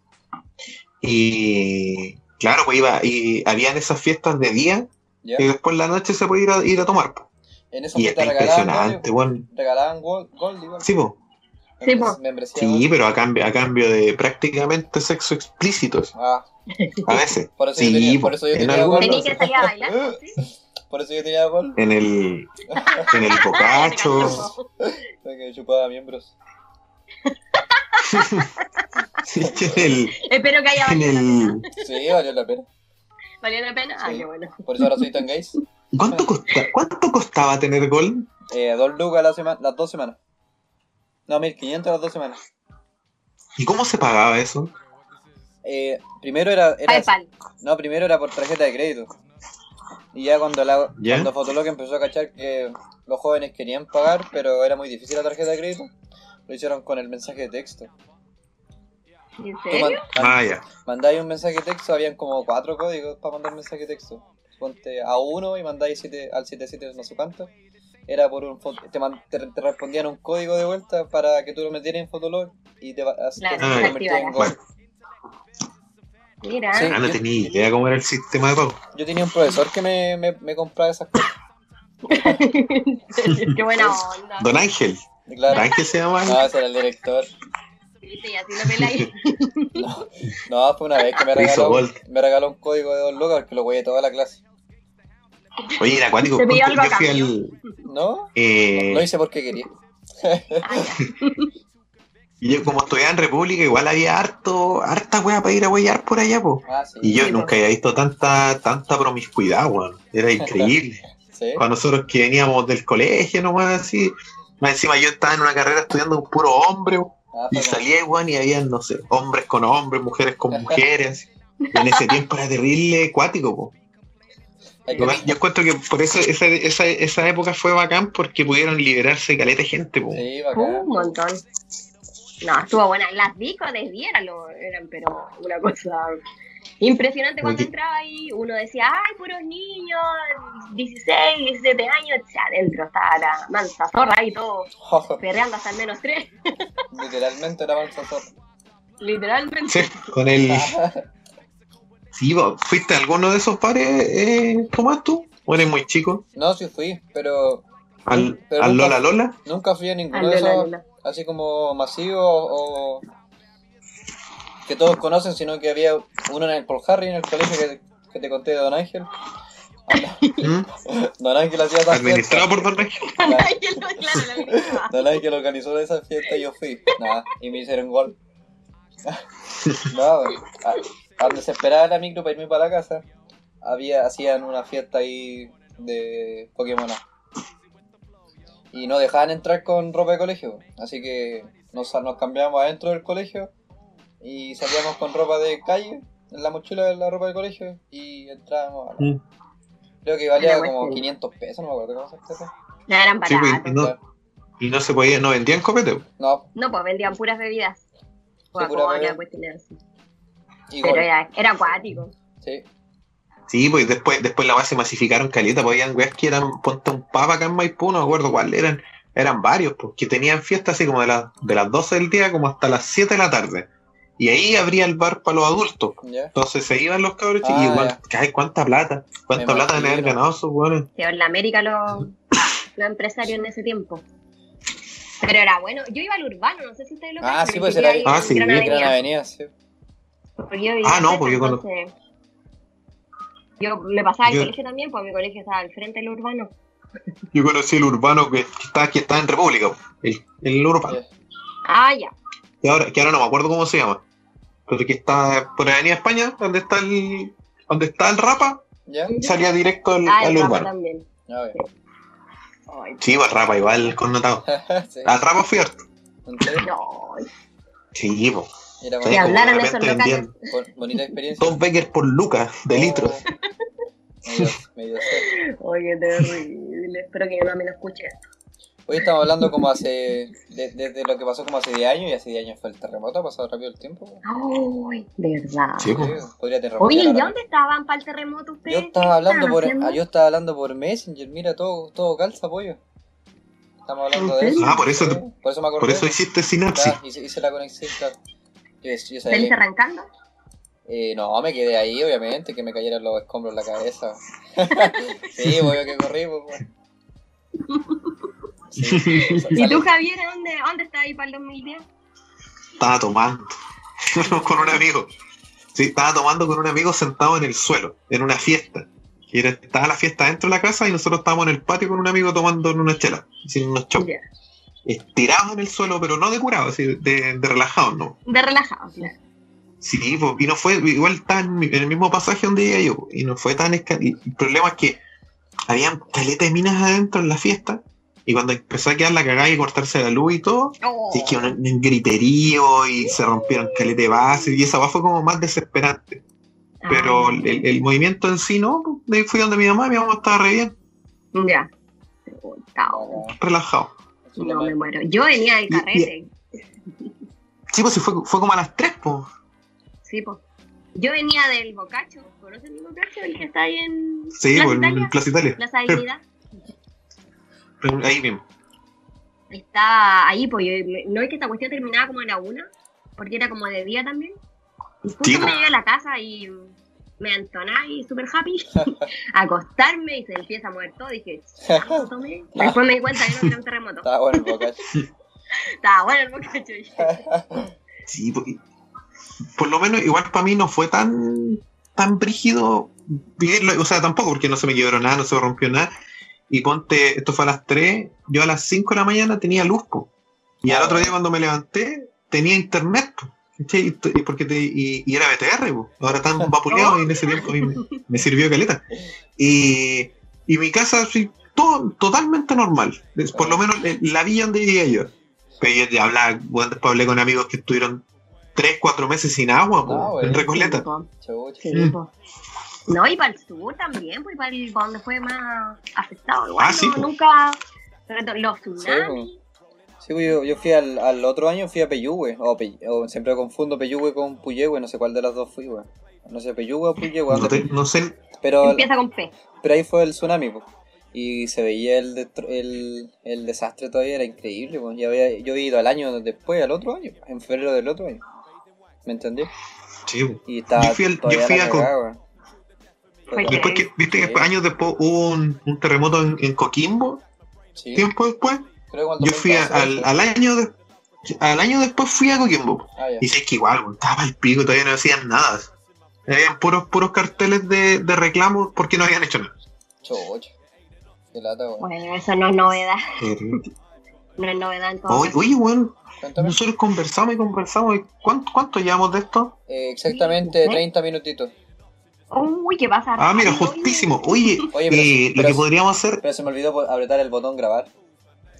Speaker 2: Y claro, pues iba, y habían esas fiestas de día
Speaker 1: ¿Ya?
Speaker 2: y después en la noche se podía ir a, ir a tomar. po.
Speaker 1: En esa
Speaker 2: Y
Speaker 1: fiesta
Speaker 2: está
Speaker 1: regalaban gold,
Speaker 2: impresionante, bueno.
Speaker 1: regalaban gol- gold igual.
Speaker 2: Sí, po.
Speaker 3: Sí, pues. po.
Speaker 1: Membresía,
Speaker 2: sí,
Speaker 1: gold.
Speaker 2: pero a cambio, a cambio de prácticamente sexo explícito,
Speaker 1: Ah,
Speaker 2: a veces.
Speaker 1: por eso
Speaker 2: Sí,
Speaker 1: yo tenía,
Speaker 2: po.
Speaker 1: por eso yo
Speaker 2: En
Speaker 1: tenía
Speaker 2: algunos-
Speaker 1: gol.
Speaker 3: Tenía que salir a bailar. ¿sí?
Speaker 1: Ah. Por eso yo tenía gol,
Speaker 2: En el, en el
Speaker 3: Ah, ya te
Speaker 2: bocacho.
Speaker 3: cacho.
Speaker 1: porque chupaba miembros.
Speaker 2: Sí, en el,
Speaker 3: Espero que haya
Speaker 2: en
Speaker 3: valido,
Speaker 2: el,
Speaker 1: Sí, valió la pena.
Speaker 3: valido la pena. Ah,
Speaker 1: Sí.
Speaker 3: qué bueno.
Speaker 1: Por eso ahora soy tan gays.
Speaker 2: ¿cuánto, costa- ¿Cuánto costaba tener gol?
Speaker 1: Eh, dos lucas la sema- las dos semanas. No, 1500 las dos semanas.
Speaker 2: ¿Y cómo se pagaba eso?
Speaker 1: Eh, primero era, era
Speaker 3: Paypal.
Speaker 1: no, primero era por tarjeta de crédito. Y ya cuando la
Speaker 2: ¿Ya?
Speaker 1: cuando Fotolog empezó a cachar que los jóvenes querían pagar, pero era muy difícil la tarjeta de crédito, lo hicieron con el mensaje de texto.
Speaker 3: ¿En
Speaker 1: Tú
Speaker 3: serio?
Speaker 1: man-
Speaker 2: Ah, ya.
Speaker 1: mandáis un mensaje de texto, habían como cuatro códigos para mandar mensaje de texto. Ponte a uno y mandáis siete, al 77 no sé cuánto. Era por un fo- te, man- te, te respondían un código de vuelta para que tú lo metieras en Fotolog y te, va- as-
Speaker 3: Claro,
Speaker 1: te- te
Speaker 2: Ah,
Speaker 1: convertías en
Speaker 3: ya.
Speaker 1: Go.
Speaker 2: Bueno,
Speaker 3: Mira.
Speaker 1: Sí.
Speaker 2: ah, no
Speaker 1: yo-
Speaker 2: tenía idea cómo era el sistema de pago.
Speaker 1: Yo tenía un profesor que me, me, me compraba esas cosas.
Speaker 3: En serio, qué buena onda.
Speaker 2: Don Ángel. Don
Speaker 1: Claro.
Speaker 2: Ángel se llama.
Speaker 1: No, ese era el director.
Speaker 3: Viste, y así lo peláis.
Speaker 1: No, no, fue una vez que me
Speaker 2: Hizo
Speaker 1: regaló,
Speaker 2: gol.
Speaker 1: me regaló un código de dos locos que lo güeyé toda la clase.
Speaker 2: Oye, era acuático.
Speaker 3: Te pidió
Speaker 2: porque
Speaker 3: algo a
Speaker 2: Yo fui
Speaker 3: cambio.
Speaker 2: al.
Speaker 1: ¿No?
Speaker 2: eh,
Speaker 1: Lo hice porque quería.
Speaker 3: Ah, ya.
Speaker 2: y yo, como estudiaba en República, igual había harto, harta wea para ir a huellar por allá, po.
Speaker 1: Ah, sí.
Speaker 2: Y yo
Speaker 3: Sí, po.
Speaker 2: nunca había visto tanta, tanta promiscuidad, weón. Era increíble.
Speaker 1: Sí.
Speaker 2: Para nosotros que veníamos del colegio, nomás así. Más encima yo estaba en una carrera estudiando un puro hombre, weón.
Speaker 1: Ah,
Speaker 2: Y
Speaker 1: fue como-
Speaker 2: salía igual y había, no sé, hombres con hombres, mujeres con mujeres. Y en ese tiempo era terrible acuático, po.
Speaker 1: Hay que-
Speaker 2: Yo yo encuentro que por eso esa, esa, esa época fue bacán porque pudieron liberarse caleta de gente, po.
Speaker 1: Sí, bacán.
Speaker 3: Un montón. No, estuvo buena. Las discos de Diéralo eran, pero una cosa impresionante cuando
Speaker 2: Oye.
Speaker 3: entraba ahí. Uno decía, ay, puros niños, 16, 17 años. Ya adentro estaba la mansa zorra y todo, perreando hasta el menos 3,
Speaker 1: Literalmente era Baltasar.
Speaker 3: literalmente.
Speaker 2: Sí, con el. Sí, po. ¿Fuiste a alguno de esos pares, eh, Tomás, tú? ¿O eres muy chico?
Speaker 1: No, sí fui, pero
Speaker 2: ¿Al,
Speaker 1: Pero
Speaker 2: al
Speaker 1: nunca-
Speaker 2: Lola Lola?
Speaker 1: nunca fui a
Speaker 3: Ah,
Speaker 1: ninguno de
Speaker 3: no, no,
Speaker 1: esos
Speaker 3: no.
Speaker 1: así como masivo o que todos conocen, sino que había uno en el Paul Harry en el colegio que, que te conté de Don Ángel.
Speaker 2: ¿Mm?
Speaker 1: Don Ángel hacía esas
Speaker 2: Administrado
Speaker 1: fiestas.
Speaker 2: por Don Ángel.
Speaker 1: Claro,
Speaker 3: Ay, el- claro, la miraba.
Speaker 1: Don Ángel organizó esa fiesta y yo fui. Nada, y me hicieron gol. no, a, a donde se esperaba la micro para irme para la casa, había, hacían una fiesta ahí de Pokémon. Y no dejaban entrar con ropa de colegio. Así que nos, nos cambiamos adentro del colegio y salíamos con ropa de calle, en la mochila de la ropa del colegio, y entrábamos a la-
Speaker 2: Mm.
Speaker 1: Creo que valía
Speaker 3: La
Speaker 1: como
Speaker 3: cuestión.
Speaker 1: 500 pesos, no me acuerdo cómo se llama.
Speaker 3: No, eran
Speaker 2: Sí, pues, y
Speaker 3: baratos.
Speaker 2: no, y no se podía, no vendían copete. po.
Speaker 1: No,
Speaker 3: No, pues vendían puras bebidas. Coca-Cola,
Speaker 1: bebida.
Speaker 3: cuestiones así.
Speaker 1: y
Speaker 3: Pero
Speaker 1: gol.
Speaker 3: era, era acuático.
Speaker 1: Sí.
Speaker 2: Sí, pues después, después la base se masificaron caleta, podían weas que eran ponte un papa acá en Maipú, no me acuerdo cuál eran, eran varios, porque tenían fiesta así como de, las de las 12 del día como hasta las 7 de la tarde. Y ahí abría el bar para los adultos.
Speaker 1: ¿Ya?
Speaker 2: Entonces se iban los cabros
Speaker 1: Ah,
Speaker 2: y igual, ay, cuánta plata, cuánta
Speaker 1: Me
Speaker 2: plata deben haber
Speaker 1: imagino.
Speaker 2: ganado esos weones.
Speaker 3: Pero en la América los los empresarios en ese tiempo. Pero era bueno. Yo iba al urbano, no sé si ustedes lo
Speaker 1: Ah,
Speaker 3: cachan,
Speaker 1: sí,
Speaker 3: que
Speaker 1: pues
Speaker 3: yo
Speaker 1: era-
Speaker 3: iba ahí
Speaker 2: Ah,
Speaker 3: en
Speaker 2: sí,
Speaker 3: Gran
Speaker 2: Gran
Speaker 1: Gran
Speaker 3: Avenida.
Speaker 1: Avenida, sí.
Speaker 3: Porque yo vivía
Speaker 2: Ah, no,
Speaker 3: cerca,
Speaker 2: porque yo cono-
Speaker 3: entonces, Yo me pasaba el
Speaker 2: Yo-
Speaker 3: colegio también, pues mi colegio estaba al frente del urbano.
Speaker 2: Yo conocí el urbano que, que está, que está en República, el, el urbano,
Speaker 1: Ya.
Speaker 3: Ah, ya.
Speaker 2: que ahora, que ahora no me acuerdo cómo se llama, pero que está por Avenida España, donde está el, donde está el Rapa,
Speaker 1: ¿Ya?
Speaker 2: salía directo al,
Speaker 3: Ah,
Speaker 2: al
Speaker 3: el Rafa
Speaker 2: urbano.
Speaker 3: también.
Speaker 1: A ver.
Speaker 3: Ay,
Speaker 2: Sí, pues Rapa igual, connotado.
Speaker 1: sí.
Speaker 2: Al Rapa fui harto.
Speaker 1: Entonces,
Speaker 3: no.
Speaker 2: Sí, pues.
Speaker 1: mira,
Speaker 2: Sí,
Speaker 3: Y
Speaker 1: bonita,
Speaker 2: como
Speaker 3: hablaron
Speaker 2: de
Speaker 3: esos
Speaker 2: repente
Speaker 3: locales.
Speaker 2: vendían
Speaker 1: bon- bonita experiencia.
Speaker 2: Dos Beckers por lucas
Speaker 1: Oh,
Speaker 2: de litros.
Speaker 1: Me dio- me dio sed.
Speaker 3: Oye, terrible. Espero que mi mami no escuche esto.
Speaker 1: Hoy estamos hablando como hace. de- Desde lo que pasó como hace 10 años y hace 10 años fue el terremoto, ha pasado rápido el tiempo. güey.
Speaker 3: Ay, verdad.
Speaker 2: Sí,
Speaker 1: Sí,
Speaker 2: pues.
Speaker 1: podría terremotar.
Speaker 3: Oye, ¿y
Speaker 1: ahora
Speaker 3: dónde estaban para el terremoto
Speaker 1: mismo. Yo
Speaker 3: ustedes?
Speaker 1: estaba hablando por.
Speaker 3: haciendo?
Speaker 1: ah, Yo estaba hablando por Messenger, mira, todo, todo calza, pollo. Estamos hablando de
Speaker 3: ¿En
Speaker 1: eso.
Speaker 2: serio? Ah, por eso
Speaker 1: Sí,
Speaker 2: te-
Speaker 1: por eso me acordé.
Speaker 2: Por eso hiciste sinapsis.
Speaker 1: Claro, hice, hice la conexión, claro. Yo, yo sabía
Speaker 3: ¿Feliz
Speaker 1: que-
Speaker 3: arrancando?
Speaker 1: Eh, no, me quedé ahí, obviamente, que me cayeran los escombros en la cabeza. sí, obvio que corrí, pues, weón. Sí.
Speaker 3: ¿Y tú,
Speaker 1: Salí-
Speaker 3: Javier, dónde, dónde estás ahí para el 2010?
Speaker 2: Estaba tomando con un amigo. Sí, estaba tomando con un amigo sentado en el suelo, en una fiesta. Y era- estaba la fiesta dentro de la casa y nosotros estábamos en el patio con un amigo tomando una chela, sin unos chocos.
Speaker 3: Ya.
Speaker 2: Estirados en el suelo, pero no de curado, así, de, de relajados, ¿no?
Speaker 3: De relajado, claro.
Speaker 2: Sí, po, y no fue, igual tan en el mismo pasaje donde iba yo, po, y no fue tan esca- y El problema es que habían caleta de minas adentro en la fiesta, y cuando empezó a quedar la cagada y cortarse la luz y todo,
Speaker 3: Oh,
Speaker 2: y es que un, un griterío y se rompieron caleta de bases, y esa va fue como más desesperante. Pero
Speaker 3: ah,
Speaker 2: el, el movimiento en sí no, po, de ahí fui donde mi mamá, mi mamá estaba re bien,
Speaker 3: Ya. Puta, oh,
Speaker 2: relajado.
Speaker 3: No me muero. Yo venía del
Speaker 2: Y- y-
Speaker 3: carrete.
Speaker 2: Sí, pues sí, fue, fue como a las tres, pues.
Speaker 3: Sí, po. Yo venía del Bocacho. ¿Conocen el Bocacho? El que está ahí en
Speaker 2: Sí,
Speaker 3: Plaza
Speaker 2: pues, en,
Speaker 3: Italia,
Speaker 2: en Plaza Italia.
Speaker 3: Plaza Dignidad.
Speaker 2: Ahí mismo.
Speaker 3: Estaba ahí, pues yo, me- no es que esta cuestión terminaba como a la una, porque era como de día también. Y justo
Speaker 2: Sí, po.
Speaker 3: me llegué a la casa y me antonaba y súper happy. Acostarme y se empieza a mover todo. Dije, "Ah, tomé". Después me di cuenta que no era un terremoto.
Speaker 1: Estaba bueno el bocacho.
Speaker 3: Estaba bueno el bocacho.
Speaker 2: Sí, po, y- por lo menos igual para mí no fue tan tan brígido vivirlo, o sea, tampoco porque no se me quebró nada, no se me rompió nada. Y ponte, esto fue a las 3, yo a las 5 de la mañana tenía luz, po. Y al
Speaker 1: Ah,
Speaker 2: otro día
Speaker 1: bueno.
Speaker 2: cuando me levanté tenía internet, po, ¿cachai? Y t- y, porque te- y, y era BTR, po. ahora tan vapuleado y en ese tiempo a mí me, me sirvió caleta. Y, y mi casa, sí, todo totalmente normal, Es- por lo menos eh, la villa donde vivía yo. Pero yo ya hablaba, bueno, después hablé con amigos que estuvieron 3, 4 meses sin agua, po,
Speaker 1: Ah, bueno.
Speaker 2: en Recoleta.
Speaker 1: Chucha.
Speaker 3: Sí, po. No, y para el sur también, pues para el para donde fue más afectado. Igual
Speaker 2: Ah, sí,
Speaker 3: no,
Speaker 2: po.
Speaker 3: nunca. pero Los tsunamis.
Speaker 1: Sí, Sí, pues, yo, yo fui al, al otro año, fui a Peyúgue. O, Pey- o siempre confundo Peyúgue con Puyehue, no sé cuál de las dos fui, güey. No sé, Peyúgue o Puyehue.
Speaker 2: No, te- no sé,
Speaker 1: Pero,
Speaker 3: Empieza con P.
Speaker 1: pero ahí fue el tsunami, pues. Y se veía el, destro- el, el desastre todavía, era increíble, pues. Ya había- yo he ido al año después, al otro año, en febrero del otro año. ¿Me entendí?
Speaker 2: sí, po.
Speaker 1: Y estaba
Speaker 2: Yo fui al- yo
Speaker 1: todavía
Speaker 2: fui
Speaker 1: la
Speaker 2: a con-
Speaker 1: cagada, güey.
Speaker 3: Fue
Speaker 1: Fue-
Speaker 2: Después que, viste que después- años después hubo un, un terremoto en, en Coquimbo,
Speaker 1: Sí,
Speaker 2: tiempo después.
Speaker 1: creo que en el
Speaker 2: Yo fui a-
Speaker 1: 2014
Speaker 2: al, al año de- al año después fui a Coquimbo.
Speaker 1: Ah, ya.
Speaker 2: Y sé que igual, weón, estaba el pico, todavía no hacían nada. Habían puros, puros carteles de, de reclamo porque no habían hecho nada.
Speaker 1: Chocho. Qué lata, güey.
Speaker 3: Bueno, eso no es novedad.
Speaker 2: Terrible.
Speaker 3: No es novedad en todo.
Speaker 2: Oye, oye, weón,
Speaker 1: Cuéntame.
Speaker 2: nosotros conversamos y conversamos. y ¿Cuánto, cuánto llevamos de esto?
Speaker 1: Eh, exactamente 30 minutitos.
Speaker 3: Uy, ¿qué pasa?
Speaker 2: Ah, mira, justísimo. Oye,
Speaker 1: Oye, pero-
Speaker 2: eh, lo
Speaker 1: pero-
Speaker 2: que podríamos hacer.
Speaker 1: Pero se me olvidó po- apretar el botón grabar.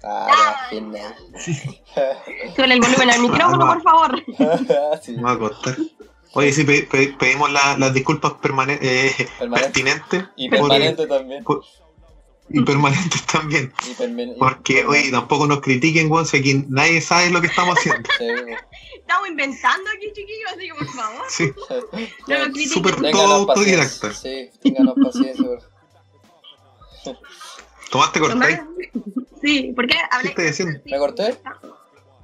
Speaker 1: Ah, ya, genial.
Speaker 3: Sube el volumen al micrófono,
Speaker 2: Ah,
Speaker 3: por favor.
Speaker 1: sí,
Speaker 2: Me voy a acostar. Oye, sí, pe- pe- pedimos la- las disculpas permane- eh,
Speaker 1: permanente.
Speaker 2: pertinentes
Speaker 1: Y
Speaker 2: por-
Speaker 1: permanente también.
Speaker 2: y permanentes también.
Speaker 1: Y permen- y-
Speaker 2: Porque, oye, tampoco nos critiquen, weón, si aquí nadie sabe lo que estamos haciendo.
Speaker 1: Sí, güey.
Speaker 3: Estamos inventando aquí, chiquillos, así que por favor.
Speaker 2: Sí,
Speaker 3: No lo
Speaker 1: Sí,
Speaker 3: critiquen.
Speaker 2: Súper
Speaker 1: ténganos
Speaker 2: todo
Speaker 1: paciencia.
Speaker 2: autodidacta.
Speaker 1: Sí, ténganos paciencia. por-
Speaker 2: Tomaste
Speaker 3: Tomás,
Speaker 2: cortáis.
Speaker 3: Sí, ¿por qué
Speaker 2: ¿Qué
Speaker 3: hablé?
Speaker 2: estoy diciendo?
Speaker 1: ¿Me corté?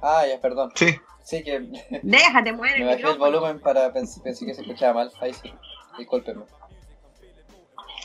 Speaker 1: Ah, ya, perdón.
Speaker 2: Sí.
Speaker 1: Sí, que
Speaker 3: Déjate, muere.
Speaker 1: me
Speaker 3: el
Speaker 1: bajé el
Speaker 3: micrófono.
Speaker 1: volumen para pens- pensé que se escuchaba mal. Ahí sí. Discúlpenme.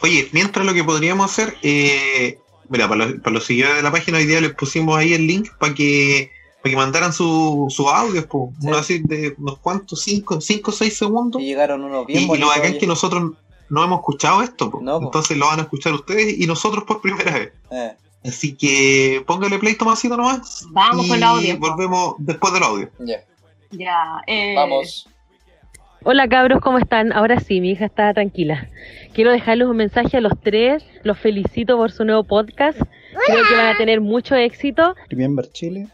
Speaker 2: Oye, mientras lo que podríamos hacer, eh, mira, para los, para los seguidores de la página hoy día les pusimos ahí el link para que, para que mandaran su- sus audios, po,
Speaker 1: Sí.
Speaker 2: uno así de unos cuantos, cinco, cinco o seis segundos.
Speaker 1: Y llegaron unos bien
Speaker 2: Y, y lo
Speaker 1: bonitos.
Speaker 2: bacán
Speaker 1: oye.
Speaker 2: que nosotros no hemos escuchado esto, po.
Speaker 1: No, po.
Speaker 2: entonces lo van a escuchar ustedes y nosotros por primera vez.
Speaker 1: Eh,
Speaker 2: Así que póngale play, Tomasito nomás.
Speaker 3: Vamos
Speaker 2: y
Speaker 3: con los audios.
Speaker 2: Volvemos después del audio.
Speaker 1: ya.
Speaker 3: Ya, eh,
Speaker 1: Vamos.
Speaker 4: Hola cabros, ¿cómo están? Ahora sí, mi hija está tranquila. Quiero dejarles un mensaje a los tres. Los felicito por su nuevo podcast. Creo que van a tener mucho éxito.
Speaker 5: Remember Chile,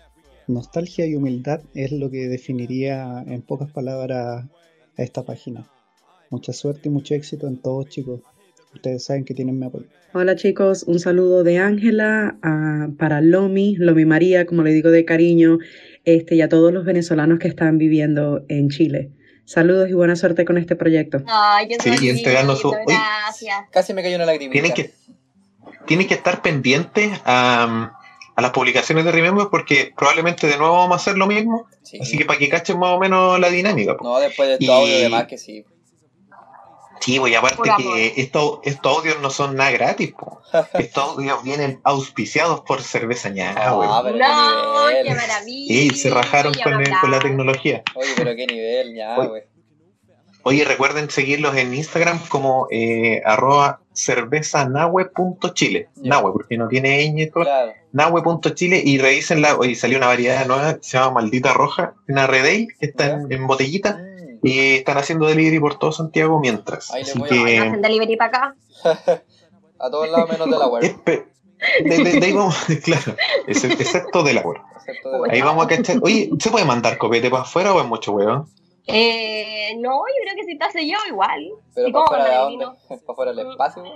Speaker 5: nostalgia y humildad es lo que definiría en pocas palabras a esta página. Mucha suerte y mucho éxito en todos, chicos. Ustedes saben que tienen mi apoyo.
Speaker 6: Hola chicos, un saludo de Ángela ah, para Lomi, Lomi María, como le digo de cariño, este, y a todos los venezolanos que están viviendo en Chile. Saludos y buena suerte con este proyecto.
Speaker 3: Ay, qué
Speaker 2: Sí, y
Speaker 3: bonito,
Speaker 2: entregarnos su- Uy.
Speaker 3: Gracias.
Speaker 1: Casi me cayó una lagrimita.
Speaker 2: Tienen que, tienen que estar pendientes a, a las publicaciones de Remember porque probablemente de nuevo vamos a hacer lo mismo.
Speaker 1: Sí.
Speaker 2: Así que para que cachen más o menos la dinámica. po.
Speaker 1: No, después de
Speaker 2: Y-
Speaker 1: todo audio de más que sí.
Speaker 2: Sí, po, y aparte
Speaker 3: Puro amor.
Speaker 2: que estos, estos audios no son nada gratis. po. Estos audios vienen auspiciados por cerveza ñaca,
Speaker 1: Ah,
Speaker 2: weón.
Speaker 1: pero
Speaker 3: No,
Speaker 1: qué
Speaker 3: qué
Speaker 1: nivel.
Speaker 3: maravilla.
Speaker 2: Y se rajaron
Speaker 3: Ya
Speaker 2: con, el- con la
Speaker 3: hablamos.
Speaker 2: tecnología.
Speaker 1: Oye, pero qué nivel, ya,
Speaker 2: Oye.
Speaker 1: güey.
Speaker 2: Oye, recuerden seguirlos en Instagram como eh, arroba cervezanahue.chile.
Speaker 1: Ya.
Speaker 2: Nahue, porque no tiene ñ. todo.
Speaker 1: Claro.
Speaker 2: Nahue.chile y revisen la. Oye, salió una variedad nueva que se llama Maldita Roja, una Redale, que está en, en botellita.
Speaker 1: Mm.
Speaker 2: Y están haciendo delivery por todo Santiago mientras.
Speaker 1: Ahí les
Speaker 2: Así
Speaker 1: voy a-
Speaker 3: Ay, ¿no
Speaker 2: que.
Speaker 3: hacen delivery para acá?
Speaker 1: A todos lados menos del agua.
Speaker 2: espe- de- de- de ahí vamos- claro, ex- excepto del agua.
Speaker 1: Excepto del agua.
Speaker 2: Ahí vamos a cachar. Oye, ¿se puede mandar copete para afuera o es mucho hueón?
Speaker 3: Eh, no, yo creo que si te hace yo, igual.
Speaker 1: Pero
Speaker 3: ¿Y
Speaker 1: para
Speaker 3: cómo
Speaker 1: fuera de
Speaker 3: mandan el
Speaker 1: dónde? Para fuera del espacio. güey.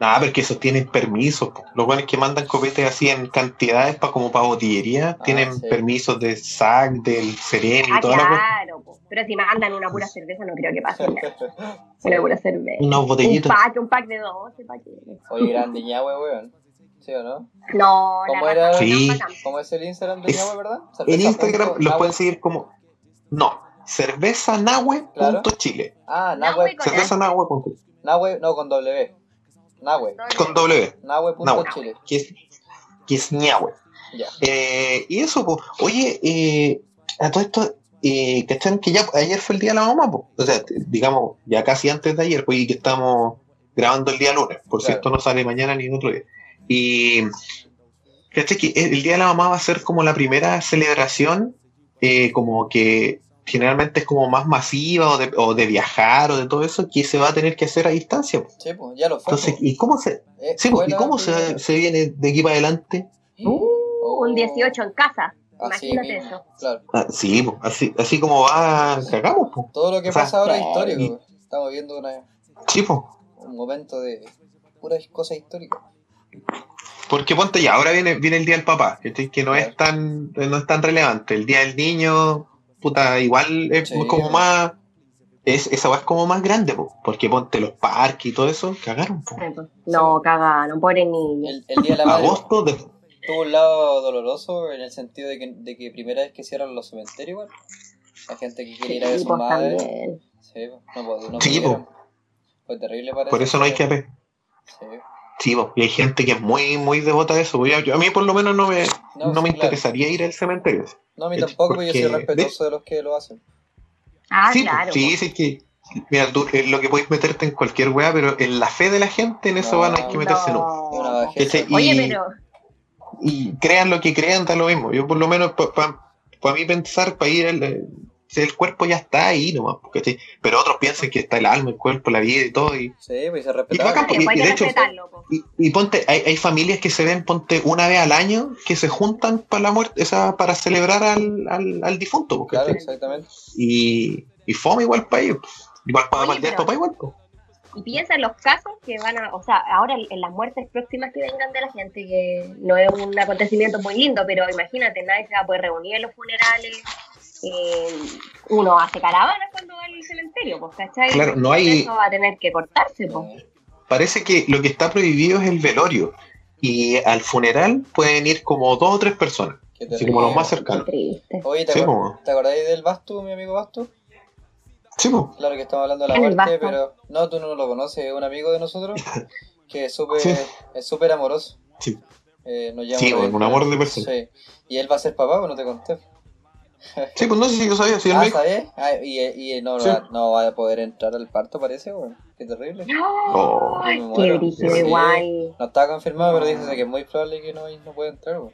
Speaker 2: Nada, porque esos tienen permisos. po. Los buenos que mandan copete así en cantidades para como para botillería,
Speaker 1: Ah,
Speaker 2: tienen
Speaker 1: sí.
Speaker 2: permisos de SAC, del Sereni
Speaker 3: Ah,
Speaker 2: y toda la cosa.
Speaker 3: claro. po. Pero si me mandan una pura cerveza, no creo que pase nada. Una pura cerveza.
Speaker 2: Unos
Speaker 3: Un
Speaker 2: botellitos.
Speaker 3: pack, un pack de 12 pa' que-
Speaker 1: Oye, grande Ñahue, weón. ¿Sí o no?
Speaker 3: No,
Speaker 1: ¿Cómo
Speaker 3: la
Speaker 1: era?
Speaker 3: raja,
Speaker 2: Sí.
Speaker 3: no, bacán.
Speaker 1: ¿Cómo es el Instagram de
Speaker 2: Es-
Speaker 1: Ñahue, verdad?
Speaker 2: En
Speaker 1: Cerveza
Speaker 2: Instagram
Speaker 1: punto
Speaker 2: los
Speaker 1: Nahue.
Speaker 2: pueden seguir como. No, cervezanahue.chile.
Speaker 1: Ah, Nahue.
Speaker 3: Nahue
Speaker 2: Cervezanahue.chile.
Speaker 1: Nahue, no, con W. Nahue.
Speaker 2: Con W,
Speaker 1: Nahue. punto
Speaker 2: Nahue.
Speaker 1: Chile.
Speaker 2: que es, que es ñahue.
Speaker 1: Ya.
Speaker 2: Eh, y eso, pues. Oye, eh, a todo esto, eh, ¿cachan? Que ya ayer fue el día de la mamá, pues. O sea, t- digamos, ya casi antes de ayer, pues, y que estamos grabando el día lunes. Por
Speaker 1: Claro.
Speaker 2: cierto, no sale mañana ni otro día. Y. ¿Cachai? Que eh, el el día de la mamá va a ser como la primera celebración, eh, como que generalmente es como más masiva o de, o de viajar o de todo eso, que se va a tener que hacer a distancia. pues.
Speaker 1: Sí, pues, ya lo fue.
Speaker 2: Entonces,
Speaker 1: pues.
Speaker 2: ¿y cómo se,
Speaker 1: Eh,
Speaker 2: Sí, pues, ¿y
Speaker 1: buena
Speaker 2: cómo
Speaker 1: idea.
Speaker 2: se, se viene de aquí para adelante?
Speaker 3: Uh, Un 18 en casa.
Speaker 1: Así
Speaker 3: Imagínate
Speaker 1: mismo,
Speaker 3: eso.
Speaker 1: Claro.
Speaker 2: Ah, sí, pues, así, así como va, cagamos, pues.
Speaker 1: Todo lo que
Speaker 2: O sea,
Speaker 1: pasa ahora es
Speaker 2: no,
Speaker 1: histórico. güey. Estamos viendo una-
Speaker 2: Sí, pues.
Speaker 1: un momento de puras cosas históricas.
Speaker 2: Porque ponte ya, ahora viene, viene el día del papá, ¿cachai? que no es tan, eh, no es tan relevante. El día del niño, puta, igual es
Speaker 1: Sí.
Speaker 2: como más, es, esa weá es como más grande, pues. Porque ponte los parques y todo eso, cagaron, pues.
Speaker 3: No, cagaron, pobre niño.
Speaker 1: El, el día de la madre
Speaker 2: Agosto, de-
Speaker 1: tuvo un lado doloroso en el sentido de que, de que primera vez que cierran los cementerios, igual. La gente que quiere ir a ver a
Speaker 3: Sí,
Speaker 1: su
Speaker 3: pues,
Speaker 1: madre.
Speaker 3: también.
Speaker 1: Sí, po. no, pod- no
Speaker 2: Sí, po.
Speaker 1: pudieron. Fue terrible para
Speaker 2: por
Speaker 1: ellos.
Speaker 2: eso no hay que ape-
Speaker 1: Sí.
Speaker 2: Sí, pues. Y hay gente que es muy, muy devota de eso. pues. Yo- yo- a mí, por lo menos, no me,
Speaker 1: No,
Speaker 2: no me
Speaker 1: sí, claro.
Speaker 2: interesaría ir al cementerio.
Speaker 1: No, a mí
Speaker 2: Es
Speaker 1: tampoco, pero yo soy
Speaker 2: porque-
Speaker 1: respetuoso de los que lo hacen.
Speaker 3: Ah,
Speaker 2: sí,
Speaker 3: claro.
Speaker 2: sí, sí, que. Mira, tú, es lo que podéis meterte en cualquier weá, pero en la fe de la gente, en eso
Speaker 1: No,
Speaker 2: weá no hay que meterse nunca.
Speaker 3: No.
Speaker 1: Es una bajeza.
Speaker 2: Este, y-
Speaker 3: Oye, pero
Speaker 2: Y crean lo que crean, da lo mismo. Yo, por lo menos, para mí pensar, para ir al. eh, si el cuerpo ya está ahí nomás, ¿cachai? Pero otros piensan que está el alma, el cuerpo, la vida y todo. Y,
Speaker 1: Sí, pues se
Speaker 2: Y
Speaker 1: respetaba.
Speaker 2: bacán,
Speaker 3: también,
Speaker 2: y-
Speaker 3: pues,
Speaker 2: y
Speaker 3: hay
Speaker 2: de
Speaker 3: que
Speaker 2: hecho-
Speaker 3: respetarlo. po.
Speaker 2: y, y ponte, hay, hay familias que se ven, ponte, una vez al año, que se juntan para la muerte, o sea, para celebrar al, al, al difunto, ¿cachai?
Speaker 1: Claro, exactamente.
Speaker 2: Y, y fome igual para ellos. Igual para
Speaker 3: Oye,
Speaker 2: el día del
Speaker 3: pero-
Speaker 2: papá, igual. pues.
Speaker 3: Y piensa en los casos que van a, o sea, ahora en las muertes próximas que vengan de la gente, que no es un acontecimiento muy lindo, pero imagínate, nadie se va a poder reunir en los funerales. eh, uno hace caravanas cuando va al cementerio, pues, ¿cachai?
Speaker 2: Claro, no hay-
Speaker 3: Eso va a tener que cortarse, pues.
Speaker 1: Eh,
Speaker 2: Parece que lo que está prohibido es el velorio. Y al funeral pueden ir como dos o tres personas.
Speaker 1: Qué
Speaker 2: Así como los
Speaker 1: terrible.
Speaker 2: más
Speaker 3: Qué
Speaker 2: cercanos.
Speaker 3: triste.
Speaker 1: Oye, ¿te,
Speaker 2: Sí,
Speaker 1: acor-
Speaker 2: po.
Speaker 1: ¿te acordáis del Bastu, mi amigo Bastu?
Speaker 2: Sí, po.
Speaker 1: Claro que estamos hablando de la
Speaker 3: El
Speaker 1: muerte,
Speaker 3: Bastu.
Speaker 1: pero no, tú no lo conoces, es un amigo de nosotros que es súper
Speaker 2: Sí.
Speaker 1: es súper amoroso.
Speaker 2: Sí.
Speaker 1: Eh, nos llama
Speaker 2: Sí,
Speaker 1: una vez,
Speaker 2: un amor de
Speaker 1: pero-
Speaker 2: persona.
Speaker 1: Sí. ¿Y él va a ser papá o no te conté?
Speaker 2: Sí, pues no sé si yo sabía, si él
Speaker 1: ah,
Speaker 2: me dijo.
Speaker 1: ¿sabes? Ah, y y no,
Speaker 2: Sí.
Speaker 1: va- no va a poder entrar al parto, parece, weón. Qué terrible.
Speaker 2: Oh,
Speaker 3: Ay,
Speaker 1: me
Speaker 3: qué
Speaker 1: muero.
Speaker 3: brígido,
Speaker 1: Sí.
Speaker 3: igual.
Speaker 1: No está confirmado, pero dice que es muy probable que no, no pueda entrar, weón.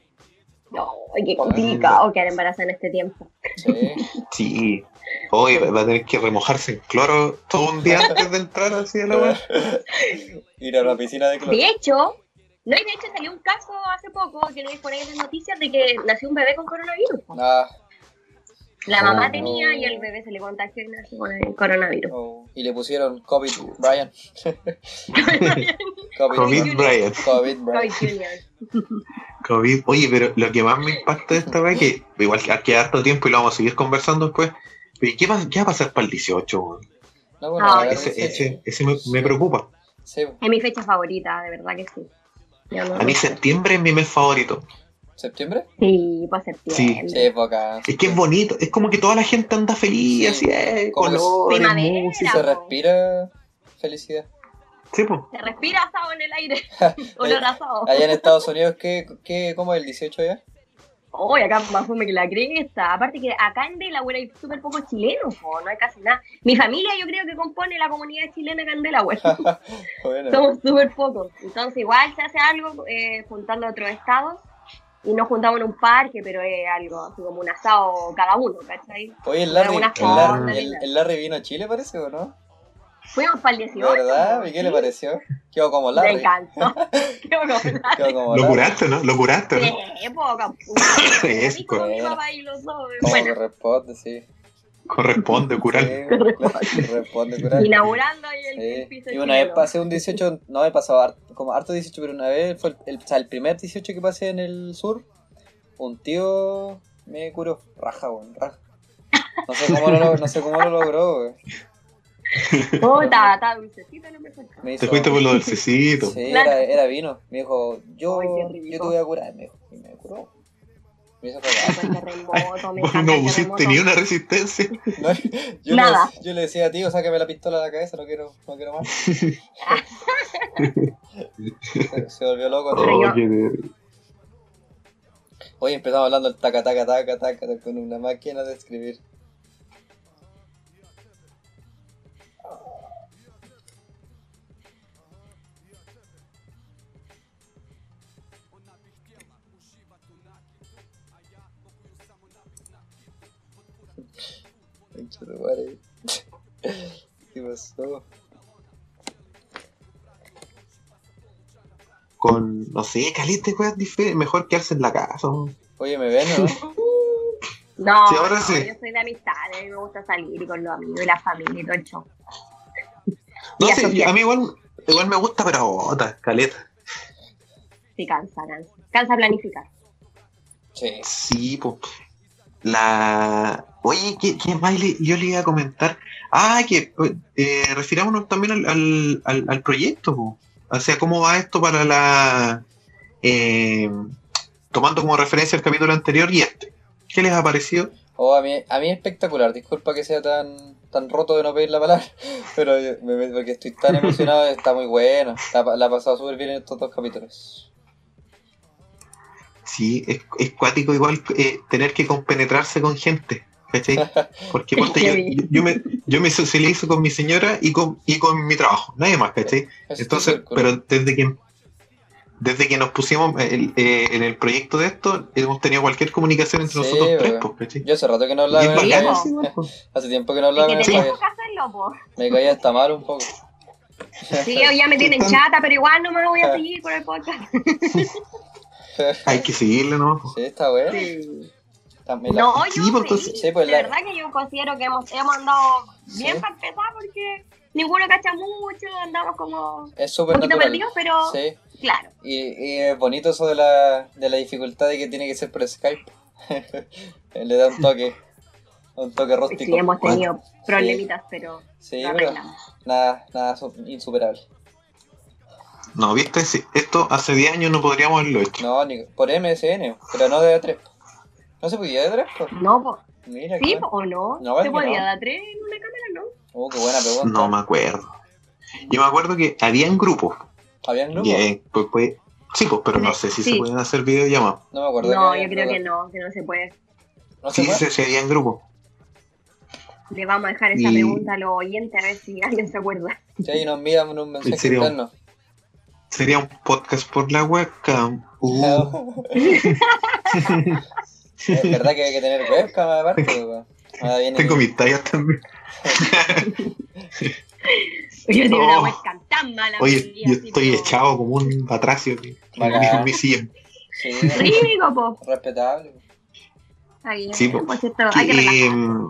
Speaker 3: No, qué complicado quedar embarazada en este tiempo.
Speaker 1: Sí.
Speaker 2: sí. Hoy va va a tener que remojarse en cloro todo un día antes de entrar así a la web.
Speaker 1: Ir a la piscina de cloro.
Speaker 3: De hecho, no, y de hecho salió un caso hace poco que lo dispone en las noticias de que nació un bebé con coronavirus. pues. po.
Speaker 1: Ah,
Speaker 3: La mamá
Speaker 2: Oh.
Speaker 3: tenía y el bebé se le contagió y nació con el coronavirus.
Speaker 1: oh. Y le pusieron COVID Brian. COVID,
Speaker 2: COVID Brian.
Speaker 1: COVID Brian.
Speaker 3: Soy Junior.
Speaker 2: COVID. Oye, pero lo que más me impacta de esta vez, que igual que aquí harto tiempo y lo vamos a seguir conversando después. Pero ¿qué va, qué va a pasar para el 18? weón?
Speaker 1: No, bueno,
Speaker 3: Ah,
Speaker 1: la verdad que
Speaker 2: Ese,
Speaker 1: sí.
Speaker 2: ese, ese me, me preocupa.
Speaker 1: Sí,
Speaker 3: Es mi fecha favorita, de verdad que sí. Yo no-
Speaker 2: A mí septiembre es mi mes favorito.
Speaker 1: ¿septiembre?
Speaker 3: Sí, pues septiembre.
Speaker 1: Sí, época.
Speaker 2: Es que es bonito, es como que toda la gente anda feliz,
Speaker 1: Sí,
Speaker 2: así es,
Speaker 1: como que es
Speaker 2: colores,
Speaker 3: primavera.
Speaker 2: música.
Speaker 1: Se respira felicidad.
Speaker 2: Sí, po.
Speaker 3: Se respira asado en el aire.
Speaker 2: Eh,
Speaker 3: Olor a asado.
Speaker 1: Allá en Estados Unidos, ¿qué, qué, ¿cómo es el 18 ya?
Speaker 3: Uy, acá más fume que la cresta. Aparte que acá en Delaware hay súper pocos chilenos, po, no hay casi nada. Mi familia yo creo que compone la comunidad chilena acá en Delaware.
Speaker 1: Bueno,
Speaker 3: Somos súper pocos. Entonces igual se hace algo eh, juntando otros estados. Y nos juntamos en un parque, pero es algo así como un asado cada uno, ¿cachai?
Speaker 1: oye, el Larry,
Speaker 3: Algunas
Speaker 1: el Larry-
Speaker 3: cosas,
Speaker 1: el- el Larry vino a Chile, parece, ¿o no?
Speaker 3: Fuimos para el 18.
Speaker 1: ¿Verdad?
Speaker 3: po,
Speaker 1: ¿Y qué
Speaker 3: sí.
Speaker 1: le pareció? Quedó como
Speaker 3: Me
Speaker 1: Larry.
Speaker 3: encantó. Qué horror.
Speaker 1: Quedó como
Speaker 2: Lo
Speaker 1: Larry.
Speaker 2: curaste, ¿no? Lo curaste, ¿no?
Speaker 3: Sí, poca.
Speaker 2: Es
Speaker 3: Así como mi
Speaker 1: correcto.
Speaker 3: papá y los dos.
Speaker 1: Como
Speaker 3: Bueno,
Speaker 1: corresponde, sí.
Speaker 2: Corresponde curar.
Speaker 1: Sí, corresponde curar.
Speaker 3: inaugurando ahí el, el
Speaker 1: Sí.
Speaker 3: piso
Speaker 1: Y una vez
Speaker 3: chileno.
Speaker 1: pasé un 18, no he pasado harto, como harto 18, pero una vez fue el, el- o sea, el primer 18 que pasé en el sur, un tío me curó, raja, weón, raja. No sé cómo lo, log- no sé cómo lo logró, weón.
Speaker 3: Oh, está, está dulcecito, no me falta.
Speaker 1: Me hizo-
Speaker 2: Te fuiste por lo dulcecito.
Speaker 1: Sí,
Speaker 3: Claro.
Speaker 1: era, era vino. Me dijo, yo,
Speaker 3: Ay, qué rico.
Speaker 1: yo te voy a curar, me dijo. Y me curó. Me hizo
Speaker 3: Con
Speaker 1: cagar.
Speaker 3: el terremoto, me
Speaker 2: Vos
Speaker 3: encanta
Speaker 2: no
Speaker 3: el
Speaker 2: pusiste
Speaker 3: terremoto.
Speaker 2: ni una resistencia.
Speaker 1: No, yo,
Speaker 3: Nada.
Speaker 1: Le, yo le decía, tío, sáqueme la pistola de la cabeza, no quiero, no quiero más. se, se volvió loco. tío.
Speaker 3: Pero yo-
Speaker 2: Oh, qué-
Speaker 1: Hoy empezamos hablando del taca, taca, taca, taca, taca, con una máquina de escribir. Pinche tu madre. ¿Qué pasó?
Speaker 2: Con, no sé, caliente, weón, dife- mejor quedarse en la casa. weón.
Speaker 1: Oye, ¿me ven o no?
Speaker 3: Uh. No,
Speaker 2: Sí, ahora
Speaker 3: no,
Speaker 2: sí.
Speaker 3: yo soy de amistades, a mí me gusta salir y con los amigos y la familia y todo el show.
Speaker 2: No
Speaker 3: Ya,
Speaker 2: sé,
Speaker 3: Sofía.
Speaker 2: a mí igual, igual me gusta, pero agota, caleta.
Speaker 3: Sí, cansa, cansa. Cansa planificar.
Speaker 1: Sí.
Speaker 2: Sí, pues. La. Oye, ¿qué, qué más le- yo le iba a comentar? Ah, que eh, refirámonos también al, al, al, al proyecto, po. O sea, ¿cómo va esto para la. eh, tomando como referencia el capítulo anterior y este? ¿Qué les ha parecido?
Speaker 1: Oh, a mí, a mí es espectacular, disculpa que sea tan, tan roto de no pedir la palabra, pero yo- me- me- porque estoy tan emocionado, está muy bueno, está pa- la ha pasado súper bien en estos dos capítulos.
Speaker 2: Sí, es, es cuático igual eh, tener que compenetrarse con gente, ¿cachai? Porque ponte, yo, yo- yo me, yo me socializo con mi señora y con, y con mi trabajo, nadie más, ¿cachai?
Speaker 1: Es
Speaker 2: Entonces,
Speaker 1: súper cool.
Speaker 2: pero desde que desde que nos pusimos el- eh, en el proyecto de esto, hemos tenido cualquier comunicación entre
Speaker 1: Sí,
Speaker 2: nosotros tres,
Speaker 1: weón.
Speaker 2: pues, ¿cachai?
Speaker 1: Yo hace rato que no
Speaker 2: Y
Speaker 1: hablaba
Speaker 2: es
Speaker 1: con el
Speaker 2: bacán,
Speaker 1: Javier,
Speaker 2: sí, weón, pues.
Speaker 1: hace tiempo que no hablaba con
Speaker 3: Es
Speaker 1: el
Speaker 3: que tenemos
Speaker 1: Javier,
Speaker 3: que hacerlo, po.
Speaker 1: me caía hasta mal un poco.
Speaker 3: Sí, ya me tienen chata, pero igual no me voy a seguir por el podcast.
Speaker 2: Hay que seguirle, ¿no?
Speaker 1: Sí, está bueno.
Speaker 3: Sí.
Speaker 1: También la-
Speaker 3: No,
Speaker 2: Sí,
Speaker 3: yo
Speaker 2: pues,
Speaker 3: feliz.
Speaker 2: entonces-
Speaker 1: Sí, pues,
Speaker 3: de
Speaker 1: la-
Speaker 3: verdad que yo considero que hemos, hemos andado bien
Speaker 1: Sí.
Speaker 3: para empezar porque ninguno cacha mucho, andamos como un
Speaker 1: Es súper
Speaker 3: poquito
Speaker 1: natural.
Speaker 3: perdidos, pero
Speaker 1: Sí,
Speaker 3: claro.
Speaker 1: y, y es bonito eso de la, de la dificultad de que tiene que ser por Skype. Le da un toque, un toque rústico.
Speaker 3: pues Sí, hemos tenido problemitas, pero
Speaker 1: Sí,
Speaker 3: lo
Speaker 1: pero
Speaker 3: arreglamos.
Speaker 1: nada, nada su- insuperable.
Speaker 2: No, viste, Si- esto hace 10 años no podríamos haberlo hecho.
Speaker 1: No, ni- por MSN, pero no de A3. ¿No se podía de A3? po?
Speaker 3: No, po.
Speaker 1: Mira,
Speaker 3: ¿sí
Speaker 1: qué,
Speaker 3: po,
Speaker 1: bueno.
Speaker 3: o no?
Speaker 1: No, es
Speaker 3: ¿Se
Speaker 1: que
Speaker 3: podía
Speaker 1: no.
Speaker 3: dar tres en una cámara, no?
Speaker 1: Oh, qué buena pregunta.
Speaker 2: No me acuerdo. Yo me acuerdo que habían grupos.
Speaker 1: ¿Habían grupos?
Speaker 2: Y, eh, pues, pues, sí, pues, pero no sé si
Speaker 3: Sí.
Speaker 2: se pueden hacer videollamadas.
Speaker 1: No me acuerdo.
Speaker 3: No,
Speaker 1: que
Speaker 3: yo
Speaker 1: habían
Speaker 3: creo que
Speaker 1: grupos.
Speaker 3: no, que no se puede.
Speaker 1: ¿No se
Speaker 2: Sí,
Speaker 1: puede?
Speaker 2: se, se habían grupos.
Speaker 3: Le vamos a dejar esa
Speaker 2: Y-
Speaker 3: pregunta a los oyentes a ver si alguien se acuerda.
Speaker 1: Sí, ahí nos miran un mensaje
Speaker 2: ¿En serio?
Speaker 1: interno.
Speaker 2: Sería un podcast por la webcam. Uh,
Speaker 1: es verdad que hay que tener webcam aparte. po. Ahora viene-
Speaker 2: tengo mis tallas también.
Speaker 3: Yo tengo una
Speaker 2: Oh.
Speaker 3: webcam tan mala.
Speaker 2: Oye,
Speaker 3: prendida,
Speaker 2: yo
Speaker 3: así,
Speaker 2: estoy
Speaker 3: pero-
Speaker 2: echado como un batracio aquí,
Speaker 1: Bacán.
Speaker 2: en mi silla.
Speaker 1: Sí,
Speaker 3: Rico, po.
Speaker 1: respetable.
Speaker 3: Ahí,
Speaker 2: Sí, po.
Speaker 3: por cierto, hay que
Speaker 2: Que,
Speaker 1: eh,
Speaker 3: relajar.
Speaker 2: em,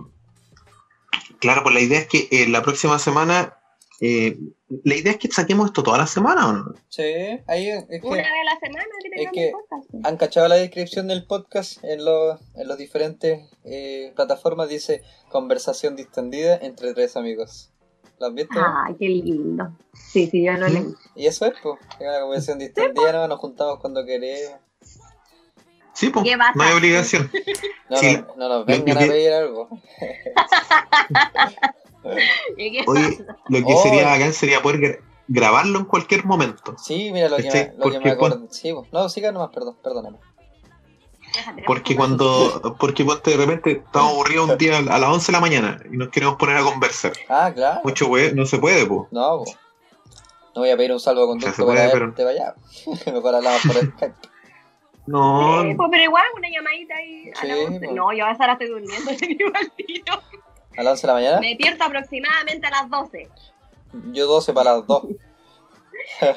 Speaker 2: claro, pues la idea es que eh, la próxima semana. eh, la idea es que saquemos esto toda la semana, ¿o no?
Speaker 1: Sí, ahí es que
Speaker 3: Una vez a la semana que
Speaker 1: es
Speaker 3: tengamos
Speaker 1: que-
Speaker 3: podcast. po.
Speaker 1: han cachado la descripción del podcast en los en los diferentes eh, plataformas. Dice conversación distendida entre tres amigos. ¿Lo han visto?
Speaker 3: Ay, qué lindo. Sí, sí, yo lo leí.
Speaker 1: Y eso es, pues. Es una conversación distendida, ¿no? nos juntamos cuando queremos.
Speaker 2: Sí, pues,
Speaker 3: ¿Qué pasa?
Speaker 2: no hay obligación.
Speaker 1: No,
Speaker 2: Sí,
Speaker 1: no, no nos
Speaker 2: lo- lo
Speaker 1: vengan a
Speaker 2: que-
Speaker 1: pedir algo.
Speaker 3: ¿Y qué
Speaker 2: Oye,
Speaker 3: pasa?
Speaker 2: lo que
Speaker 1: Oh.
Speaker 2: sería bacán sería poder gra- grabarlo en cualquier momento.
Speaker 1: Sí, mira lo que
Speaker 2: ¿Cachai?
Speaker 1: me, lo que
Speaker 2: Este, Porque
Speaker 1: me acuerdo. Sí, pues. No, siga nomás, perdón, perdóname.
Speaker 3: Déjate,
Speaker 2: Porque cuando, porque ponte de repente estamos aburridos un día a las 11 de la mañana y nos queremos poner a conversar.
Speaker 1: Ah, claro.
Speaker 2: Mucho wey, no se puede, po.
Speaker 1: No, po. No voy a pedir un
Speaker 2: Ya se
Speaker 1: salvoconducto
Speaker 2: puede,
Speaker 1: para
Speaker 2: pero-
Speaker 1: verte vaya. Mejor hablamos por Skype.
Speaker 2: No,
Speaker 3: Sí, pues, pero igual, una llamadita ahí. a
Speaker 1: Sí,
Speaker 3: la once.
Speaker 1: pues.
Speaker 3: No, yo a esa hora estoy durmiendo, se me iba el tiro.
Speaker 1: ¿A las 11 de la mañana?
Speaker 3: Me despierto aproximadamente a las 12.
Speaker 1: Yo 12 para las 2.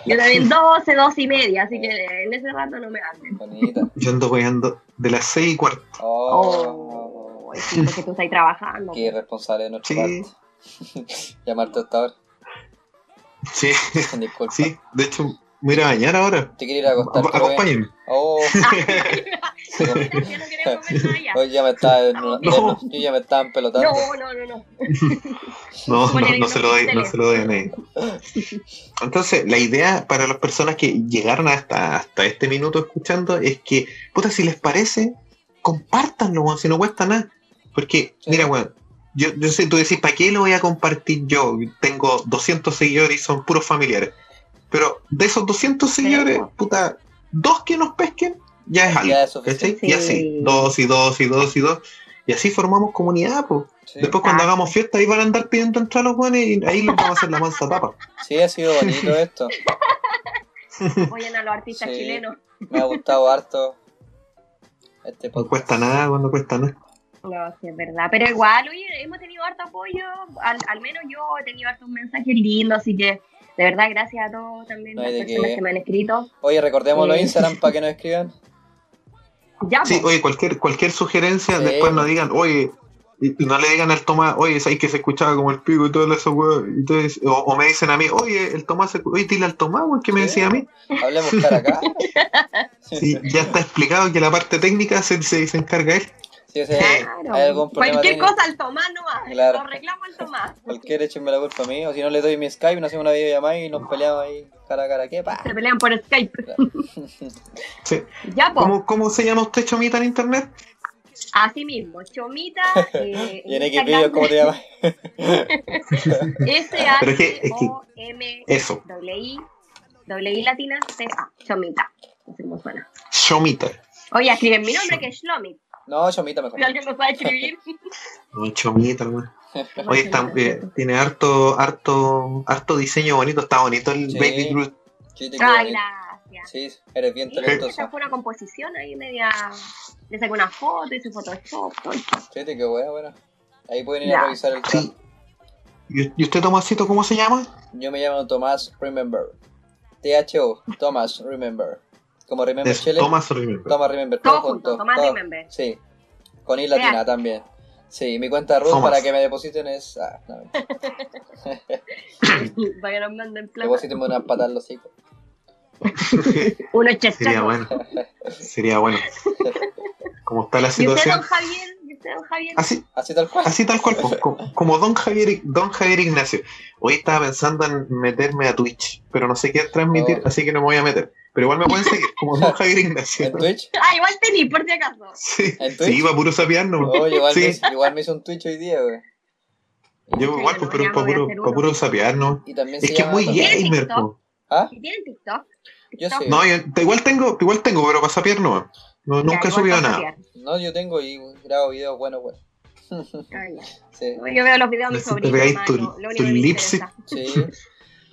Speaker 3: Yo también 12, 12 y media, así que en ese rato no me hablen.
Speaker 1: Bonita.
Speaker 2: yo ando weando de las 6 y cuarto.
Speaker 1: Oh,
Speaker 3: Oh, es que tú estás ahí trabajando.
Speaker 1: Qué irresponsable de nuestra
Speaker 2: Sí.
Speaker 1: parte. Llamarte hasta ahora.
Speaker 2: Sí,
Speaker 1: Disculpa.
Speaker 2: sí. De hecho, mira mañana ahora.
Speaker 1: Te quiero ir a acostar.
Speaker 2: Ac-
Speaker 1: pero ven.
Speaker 2: Acompáñenme.
Speaker 1: Oh,
Speaker 3: Ya no queremos comer nada ya.
Speaker 1: hoy ya me estaba. en una-
Speaker 2: No.
Speaker 1: Yo ya me estaba empelotando.
Speaker 3: No, no, no, no.
Speaker 2: No,
Speaker 3: Bueno,
Speaker 2: no,
Speaker 3: y
Speaker 2: no
Speaker 3: no
Speaker 2: se lo doy, no
Speaker 3: pinceles.
Speaker 2: se lo doy a nadie. Entonces, la idea para las personas que llegaron hasta, hasta este minuto escuchando es que, puta, si les parece, compártanlo, weón, si no cuesta nada. Porque,
Speaker 1: Sí.
Speaker 2: mira, weón, yo, yo sé, tú decís, ¿para qué lo voy a compartir yo? Tengo 200 seguidores y son puros familiares. Pero de esos 200 seguidores, puta, dos que nos pesquen, ya es algo.
Speaker 1: Ya es
Speaker 2: ¿cachai?
Speaker 1: suficiente.
Speaker 2: Y así,
Speaker 3: Sí.
Speaker 2: dos y dos y dos y dos. Y así formamos comunidad, pues.
Speaker 1: Sí.
Speaker 2: Después
Speaker 3: Exacto.
Speaker 2: cuando hagamos fiesta ahí van a andar pidiendo entrar los guanes y ahí les vamos a hacer la mansa tapa.
Speaker 1: Sí, ha sido bonito esto.
Speaker 3: Apoyen a los artistas
Speaker 1: Sí.
Speaker 3: chilenos.
Speaker 1: Me ha gustado harto este
Speaker 2: No
Speaker 1: podcast.
Speaker 2: cuesta nada, cuando cuesta nada.
Speaker 3: No, sí, es verdad. Pero igual, oye, hemos tenido harto apoyo. Al, al menos yo he tenido hartos mensajes lindos, así que de verdad, gracias a todos también
Speaker 1: No
Speaker 3: las
Speaker 1: hay de
Speaker 3: personas
Speaker 1: qué.
Speaker 3: que me han escrito.
Speaker 1: Oye, recordemos los
Speaker 3: Sí.
Speaker 1: Instagram para que nos escriban.
Speaker 3: Ya,
Speaker 2: Sí,
Speaker 3: pues.
Speaker 2: oye, cualquier, cualquier sugerencia,
Speaker 1: Sí.
Speaker 2: después nos digan, oye, y y no le digan al Tomás, oye, sabéis que se escuchaba como el pico y todo eso, weón. Y todo eso. O, o me dicen a mí, oye, el Tomás, se escu- oye, dile al Tomás, weón, que me
Speaker 1: Sí.
Speaker 2: decía a mí.
Speaker 1: Hablemos cara acá.
Speaker 2: Sí, ya está explicado que la parte técnica se, se, se encarga él.
Speaker 1: Si ese-
Speaker 3: Claro.
Speaker 1: hay algún problema
Speaker 3: Cualquier
Speaker 1: técnico,
Speaker 3: cosa al Tomás nomás.
Speaker 1: Claro.
Speaker 3: Lo reclamo al Tomás.
Speaker 1: cualquier échenme la culpa a mí. O si no le doy mi Skype, nos hacemos una videollamada y nos peleamos ahí cara a cara. ¿Qué pasa?
Speaker 3: Se pelean por Skype.
Speaker 2: Sí.
Speaker 3: Ya, pues.
Speaker 2: ¿Cómo, ¿Cómo se llama usted, Chomita, en internet?
Speaker 3: Así mismo. Chomita. Eh,
Speaker 1: Y en Xvideos, ¿cómo te llamas?
Speaker 2: Pero es que- es que-
Speaker 3: S-H-O-M-I
Speaker 2: Eso,
Speaker 3: latina C-A. Chomita. Así como suena.
Speaker 2: Chomita.
Speaker 3: Oye, escriben mi nombre que es Shlomit.
Speaker 1: No, Chomita mejor.
Speaker 3: Si alguien lo sabe escribir.
Speaker 2: No, Chomita, weón. Oye, está, eh, tiene harto, harto, harto diseño bonito, está bonito el
Speaker 1: Sí.
Speaker 2: Baby Groot.
Speaker 1: Sí, te quedó
Speaker 3: Ay,
Speaker 1: bien.
Speaker 3: gracias.
Speaker 1: Sí, eres bien
Speaker 3: Y esa
Speaker 1: talentosa.
Speaker 3: fue una composición ahí media. Le saqué una foto, hice Photoshop, todo eso.
Speaker 1: Sí, te quedó buena, buena. Ahí pueden ir a
Speaker 3: Ya.
Speaker 1: revisar el chat.
Speaker 2: Sí. ¿Y, y usted, Tomasito, cómo se llama?
Speaker 1: Yo me llamo Tomás Remember. T-H-O, Tomás Remember. Como Remember
Speaker 2: Es
Speaker 1: Chile.
Speaker 2: Tomás Remember.
Speaker 1: Toma Remember,
Speaker 3: Todo
Speaker 1: todo
Speaker 3: junto,
Speaker 1: junto.
Speaker 3: Tomás
Speaker 1: todo-
Speaker 3: Remember.
Speaker 1: Sí, con I latina
Speaker 3: Vea.
Speaker 1: también. Sí, mi cuenta root
Speaker 2: Tomás.
Speaker 1: para que me depositen es. Ah, no, mentira.
Speaker 3: Para que nos manden plata.
Speaker 1: deposítenme unas patas en los hijos.
Speaker 3: Unos
Speaker 2: Sería
Speaker 3: chachacos.
Speaker 2: bueno. Sería bueno. Como está la
Speaker 3: Y usted, don
Speaker 2: situación.
Speaker 3: Javier, y Don Javier.
Speaker 2: Así,
Speaker 1: Así tal cual.
Speaker 2: así tal cual, po, co- como, Don, Javier, Don Javier Ignacio. Hoy estaba pensando en meterme a Twitch, pero no sé qué transmitir,
Speaker 1: Oh.
Speaker 2: así que no me voy a meter. Pero igual me pueden seguir, como Don Javier Ignacio.
Speaker 1: En Twitch.
Speaker 3: Ah, igual tenis, por si acaso.
Speaker 2: Sí,
Speaker 1: ¿En Twitch?
Speaker 2: sí, iba puro sapiarnos.
Speaker 1: Oh, igual,
Speaker 2: Sí.
Speaker 1: me, hice- igual me hizo un Twitch hoy día, güey.
Speaker 2: Yo igual, pues, pero para puro, pa' puro sapiarnos.
Speaker 1: Y también se
Speaker 2: Es que es
Speaker 1: llama-
Speaker 2: muy
Speaker 3: también.
Speaker 2: gamer, po.
Speaker 1: ¿Ah?
Speaker 3: ¿Y ¿Tienen TikTok?
Speaker 1: Yo
Speaker 3: TikTok.
Speaker 1: sí.
Speaker 2: No, yo- te- igual tengo, igual tengo, pero para sapiar no. No, nunca he
Speaker 3: Ya, igual
Speaker 2: subido
Speaker 3: para
Speaker 2: nada.
Speaker 3: sapear.
Speaker 1: No, yo tengo y grabo videos buenos, güey.
Speaker 3: Ah, ya.
Speaker 1: Sí,
Speaker 3: Yo veo los videos de mis
Speaker 2: Así te
Speaker 3: sobrinos.
Speaker 2: pegáis
Speaker 3: hermano,
Speaker 2: tu-
Speaker 3: lo único
Speaker 2: tu
Speaker 3: que me
Speaker 2: lipstick.
Speaker 3: interesa.
Speaker 1: sí.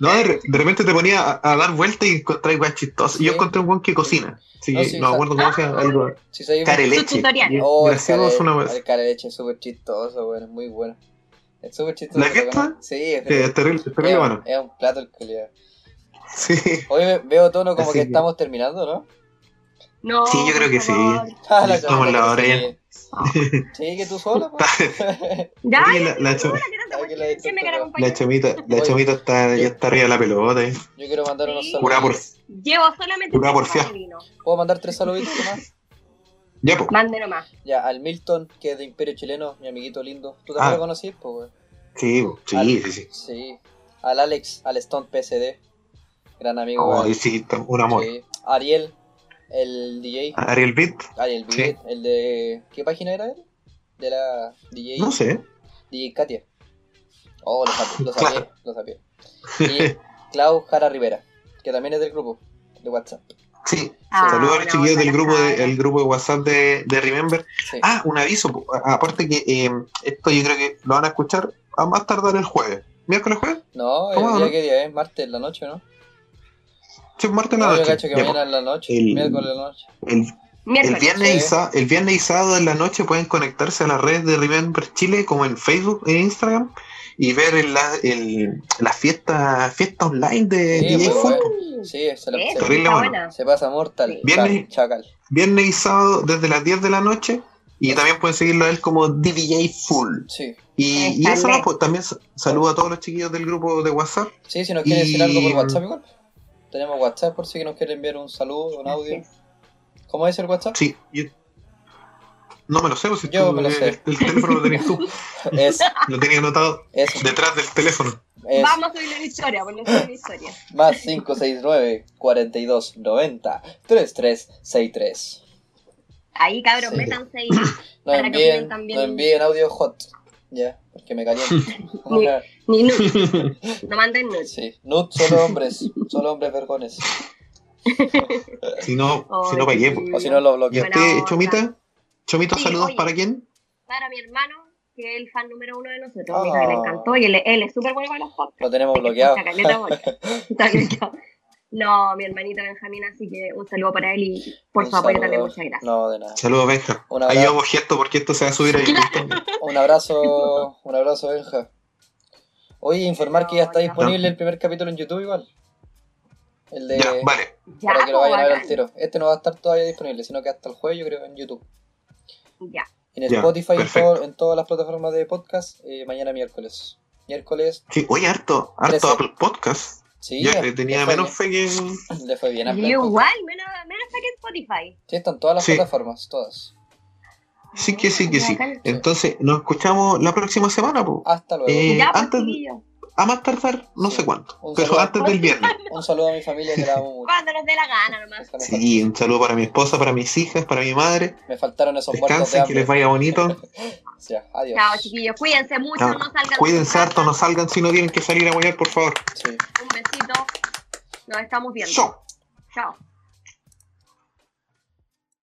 Speaker 2: No, de, re- de repente te ponía a, a dar vueltas y encontráis guan chistosos. Y yo
Speaker 1: Sí.
Speaker 2: encontré un guan que cocina. Así
Speaker 1: No,
Speaker 2: que
Speaker 1: sí,
Speaker 2: no me
Speaker 1: sa-
Speaker 2: acuerdo cómo se llama. Algo.
Speaker 1: Si soy un-
Speaker 2: Care
Speaker 3: Sus
Speaker 2: leche.
Speaker 3: tutoriales.
Speaker 1: Oh, el
Speaker 2: Gracioso
Speaker 1: care,
Speaker 2: una vez.
Speaker 1: el cara de leche es súper chistoso, güey. Es muy bueno. Es súper chistoso.
Speaker 2: ¿La que
Speaker 1: pero
Speaker 2: está?
Speaker 1: no- Sí, es
Speaker 2: Eh, terrible, terrible,
Speaker 1: es,
Speaker 2: bueno.
Speaker 1: un, es un plato el culiao.
Speaker 2: Sí.
Speaker 1: Hoy ve- veo tono como
Speaker 2: Así
Speaker 1: que
Speaker 2: que-
Speaker 1: estamos terminando, ¿no?
Speaker 3: No,
Speaker 2: Sí, yo creo
Speaker 3: por
Speaker 2: que sí.
Speaker 3: favor.
Speaker 1: Ah, la
Speaker 2: Ya estamos en la
Speaker 1: chavala,
Speaker 2: hora ya.
Speaker 1: sí. Sí, que tú sola, pues.
Speaker 3: Ya, ya,
Speaker 2: Oye, la, la, cho-
Speaker 3: que no te voy a
Speaker 1: que
Speaker 3: decir que me quiera
Speaker 2: la
Speaker 3: acompañar.
Speaker 2: chomita, la
Speaker 1: Oye.
Speaker 2: chomita está, ya está arriba de la pelota. eh.
Speaker 1: Yo quiero mandar unos
Speaker 3: Sí.
Speaker 2: Curá por.
Speaker 1: saludos.
Speaker 3: Llevo solamente
Speaker 2: Una
Speaker 3: tres
Speaker 2: porfía.
Speaker 3: copas de vino.
Speaker 1: ¿Puedo mandar tres saluditos nomás?
Speaker 2: Ya, po.
Speaker 3: Mande nomás.
Speaker 1: Ya, al Milton, que es de Imperio Chileno, mi amiguito lindo. ¿Tú también
Speaker 2: Ah.
Speaker 1: lo conocís, pues, güey?
Speaker 2: Sí, po. sí, sí, sí.
Speaker 1: Sí. Al Alex, al Stone PSD. Gran amigo.
Speaker 2: Oh,
Speaker 1: güey.
Speaker 2: y sí, tam- un amor.
Speaker 1: Sí. Ariel, el DJ.
Speaker 2: Ariel Beat,
Speaker 1: Ariel
Speaker 2: Sí.
Speaker 1: Bidet, Ah, el de. ¿Qué página era él? De la DJ.
Speaker 2: no sé.
Speaker 1: DJ Katia. Oh, lo sapié, lo sapié, lo sapié. Y Clau Jara Rivera, que también es del grupo de WhatsApp.
Speaker 2: Sí.
Speaker 3: Ah,
Speaker 2: Saludos a los
Speaker 3: buena
Speaker 2: chiquillos
Speaker 3: onda,
Speaker 2: del
Speaker 3: la
Speaker 2: grupo de,
Speaker 3: Jara.
Speaker 2: el grupo de WhatsApp de, de Remember.
Speaker 1: Sí.
Speaker 2: Ah, un aviso, po. A- aparte que eh, esto yo creo que lo van a escuchar a más tardar el jueves. ¿Miércoles jueves?
Speaker 1: no, el
Speaker 2: ¿cómo
Speaker 1: día
Speaker 2: no?
Speaker 1: que día es martes en la noche, ¿no?
Speaker 2: Sí, martes en
Speaker 1: No,
Speaker 2: la
Speaker 1: yo
Speaker 2: noche.
Speaker 1: cacho que
Speaker 2: Ya, pues,
Speaker 1: mañana en la noche,
Speaker 2: El-
Speaker 1: miércoles en la noche.
Speaker 2: po. El, el
Speaker 3: Miércoles.
Speaker 2: viernes y
Speaker 1: Sí.
Speaker 2: sa- el viernes y sábado en la noche pueden conectarse a las redes de Remember Chile, como en Facebook e Instagram, y ver el- la, el- la fiesta, fiesta online de
Speaker 1: Sí,
Speaker 2: DJ
Speaker 1: muy
Speaker 2: Fun.
Speaker 1: bueno.
Speaker 2: po.
Speaker 1: Sí, se, lo,
Speaker 3: Eso,
Speaker 1: se,
Speaker 2: Terrible
Speaker 3: está
Speaker 2: bueno.
Speaker 3: buena.
Speaker 1: se pasa mortal.
Speaker 2: Viernes.
Speaker 1: Chacal. chacal.
Speaker 2: Viernes y sábado desde las 10 de la noche. Y también pueden seguirlo a él como DJ Full.
Speaker 1: Sí.
Speaker 2: Y, y eso
Speaker 3: Excelente.
Speaker 2: no, pues, también sa- saludo a todos los chiquillos del grupo de WhatsApp.
Speaker 1: Sí, si nos quieren decir
Speaker 2: Y-
Speaker 1: algo por WhatsApp igual. Tenemos WhatsApp por si que nos quieren enviar un saludo, un audio. ¿Cómo es el WhatsApp?
Speaker 2: Sí, yo- No me lo sé, pues, si
Speaker 1: Yo
Speaker 2: tú-
Speaker 1: me lo
Speaker 2: eh,
Speaker 1: sé.
Speaker 2: El, teléfono lo tenías tú,
Speaker 1: Es,
Speaker 2: lo tenías anotado
Speaker 1: es,
Speaker 2: detrás del teléfono.
Speaker 1: es
Speaker 3: Vamos a subirle una historia, ponle una historia.
Speaker 1: Más 569 42 90 3363.
Speaker 3: Ahí, cabros,
Speaker 1: Sí.
Speaker 3: métanse ahí.
Speaker 1: No
Speaker 3: Para que
Speaker 1: envíen,
Speaker 3: opinen también.
Speaker 1: no envíen audio hot. Ya, porque me caliento.
Speaker 3: Ni nudes. No manden nudes.
Speaker 1: sí, no solo hombres, solo hombres vergones.
Speaker 2: Si no,
Speaker 3: Ay,
Speaker 2: si no, ¿para qué? pues?
Speaker 1: O si no, lo
Speaker 2: ¿Y a
Speaker 1: bloqueo.
Speaker 3: Buena
Speaker 2: usted,
Speaker 3: onda.
Speaker 2: Chomita? Chomita,
Speaker 3: Sí,
Speaker 2: saludos
Speaker 3: oye.
Speaker 2: para quién?
Speaker 3: Para mi hermano, que es el fan número uno de nosotros.
Speaker 1: Ah.
Speaker 3: mi hija, que le encantó y él, él es súper bueno con los podcasts.
Speaker 1: Lo tenemos
Speaker 3: Hay que
Speaker 1: bloqueado.
Speaker 3: escuchar caleta de podcast. Está bloqueado. No, mi hermanito Benjamín, así que un saludo para él y por
Speaker 1: Un
Speaker 3: su apoyo
Speaker 1: saludo.
Speaker 3: también, muchas gracias.
Speaker 1: No, de nada.
Speaker 2: Saludos, Benja.
Speaker 1: Un
Speaker 2: Ahí
Speaker 1: abrazo,
Speaker 2: hago gesto porque esto se va a subir ahí.
Speaker 1: un abrazo, un abrazo, Benja. Oye, informar que ya está disponible el primer capítulo en YouTube igual. El de...
Speaker 2: Ya, vale.
Speaker 3: Ya,
Speaker 1: para que lo vayan a ver al
Speaker 3: pues,
Speaker 1: tiro. Este no va a estar todavía disponible, sino que hasta el jueves yo creo en YouTube.
Speaker 3: ya.
Speaker 1: En el
Speaker 2: Ya,
Speaker 1: Spotify, en,
Speaker 2: perfecto.
Speaker 1: todo- en todas las plataformas de podcast, eh, mañana miércoles. Miércoles,
Speaker 2: Sí, oye, harto, harto
Speaker 1: Trece.
Speaker 2: Apple Podcast.
Speaker 1: sí.
Speaker 2: Yo
Speaker 1: le
Speaker 2: eh, tenía
Speaker 1: fue
Speaker 2: menos fe que.
Speaker 1: bien. Le fue bien a
Speaker 3: Y
Speaker 1: Apple
Speaker 3: yo
Speaker 1: Podcast.
Speaker 3: igual, menos, menos que Spotify.
Speaker 1: Sí, están todas las
Speaker 2: Sí.
Speaker 1: plataformas, todas.
Speaker 2: Sí, que sí, que sí.
Speaker 3: Bacán.
Speaker 2: Entonces, nos escuchamos la próxima semana, pues.
Speaker 1: Hasta luego.
Speaker 2: Eh,
Speaker 3: Ya, pues,
Speaker 2: antes-
Speaker 3: chiquillos,
Speaker 2: A más tardar, no
Speaker 1: Sí.
Speaker 2: sé cuánto.
Speaker 1: Un
Speaker 2: Pero
Speaker 1: saludo.
Speaker 2: antes del viernes.
Speaker 1: Un saludo a mi familia que la amo mucho.
Speaker 3: cuando nos dé la gana nomás.
Speaker 1: Esa me fal-
Speaker 2: Sí, un saludo para mi esposa, para mis hijas, para mi madre.
Speaker 1: Me faltaron esos muertos de
Speaker 2: Descansen, que
Speaker 1: hambre.
Speaker 2: les vaya bonito.
Speaker 1: Ya, adiós.
Speaker 3: Chao, chiquillos, cuídense mucho,
Speaker 2: Chao.
Speaker 3: no salgan. de
Speaker 2: Cuídense
Speaker 3: su
Speaker 2: harto, no
Speaker 3: casa.
Speaker 2: salgan si no tienen que salir a guayar, por favor.
Speaker 1: Sí.
Speaker 3: Un besito, nos estamos viendo.
Speaker 2: Chao.
Speaker 3: Chao.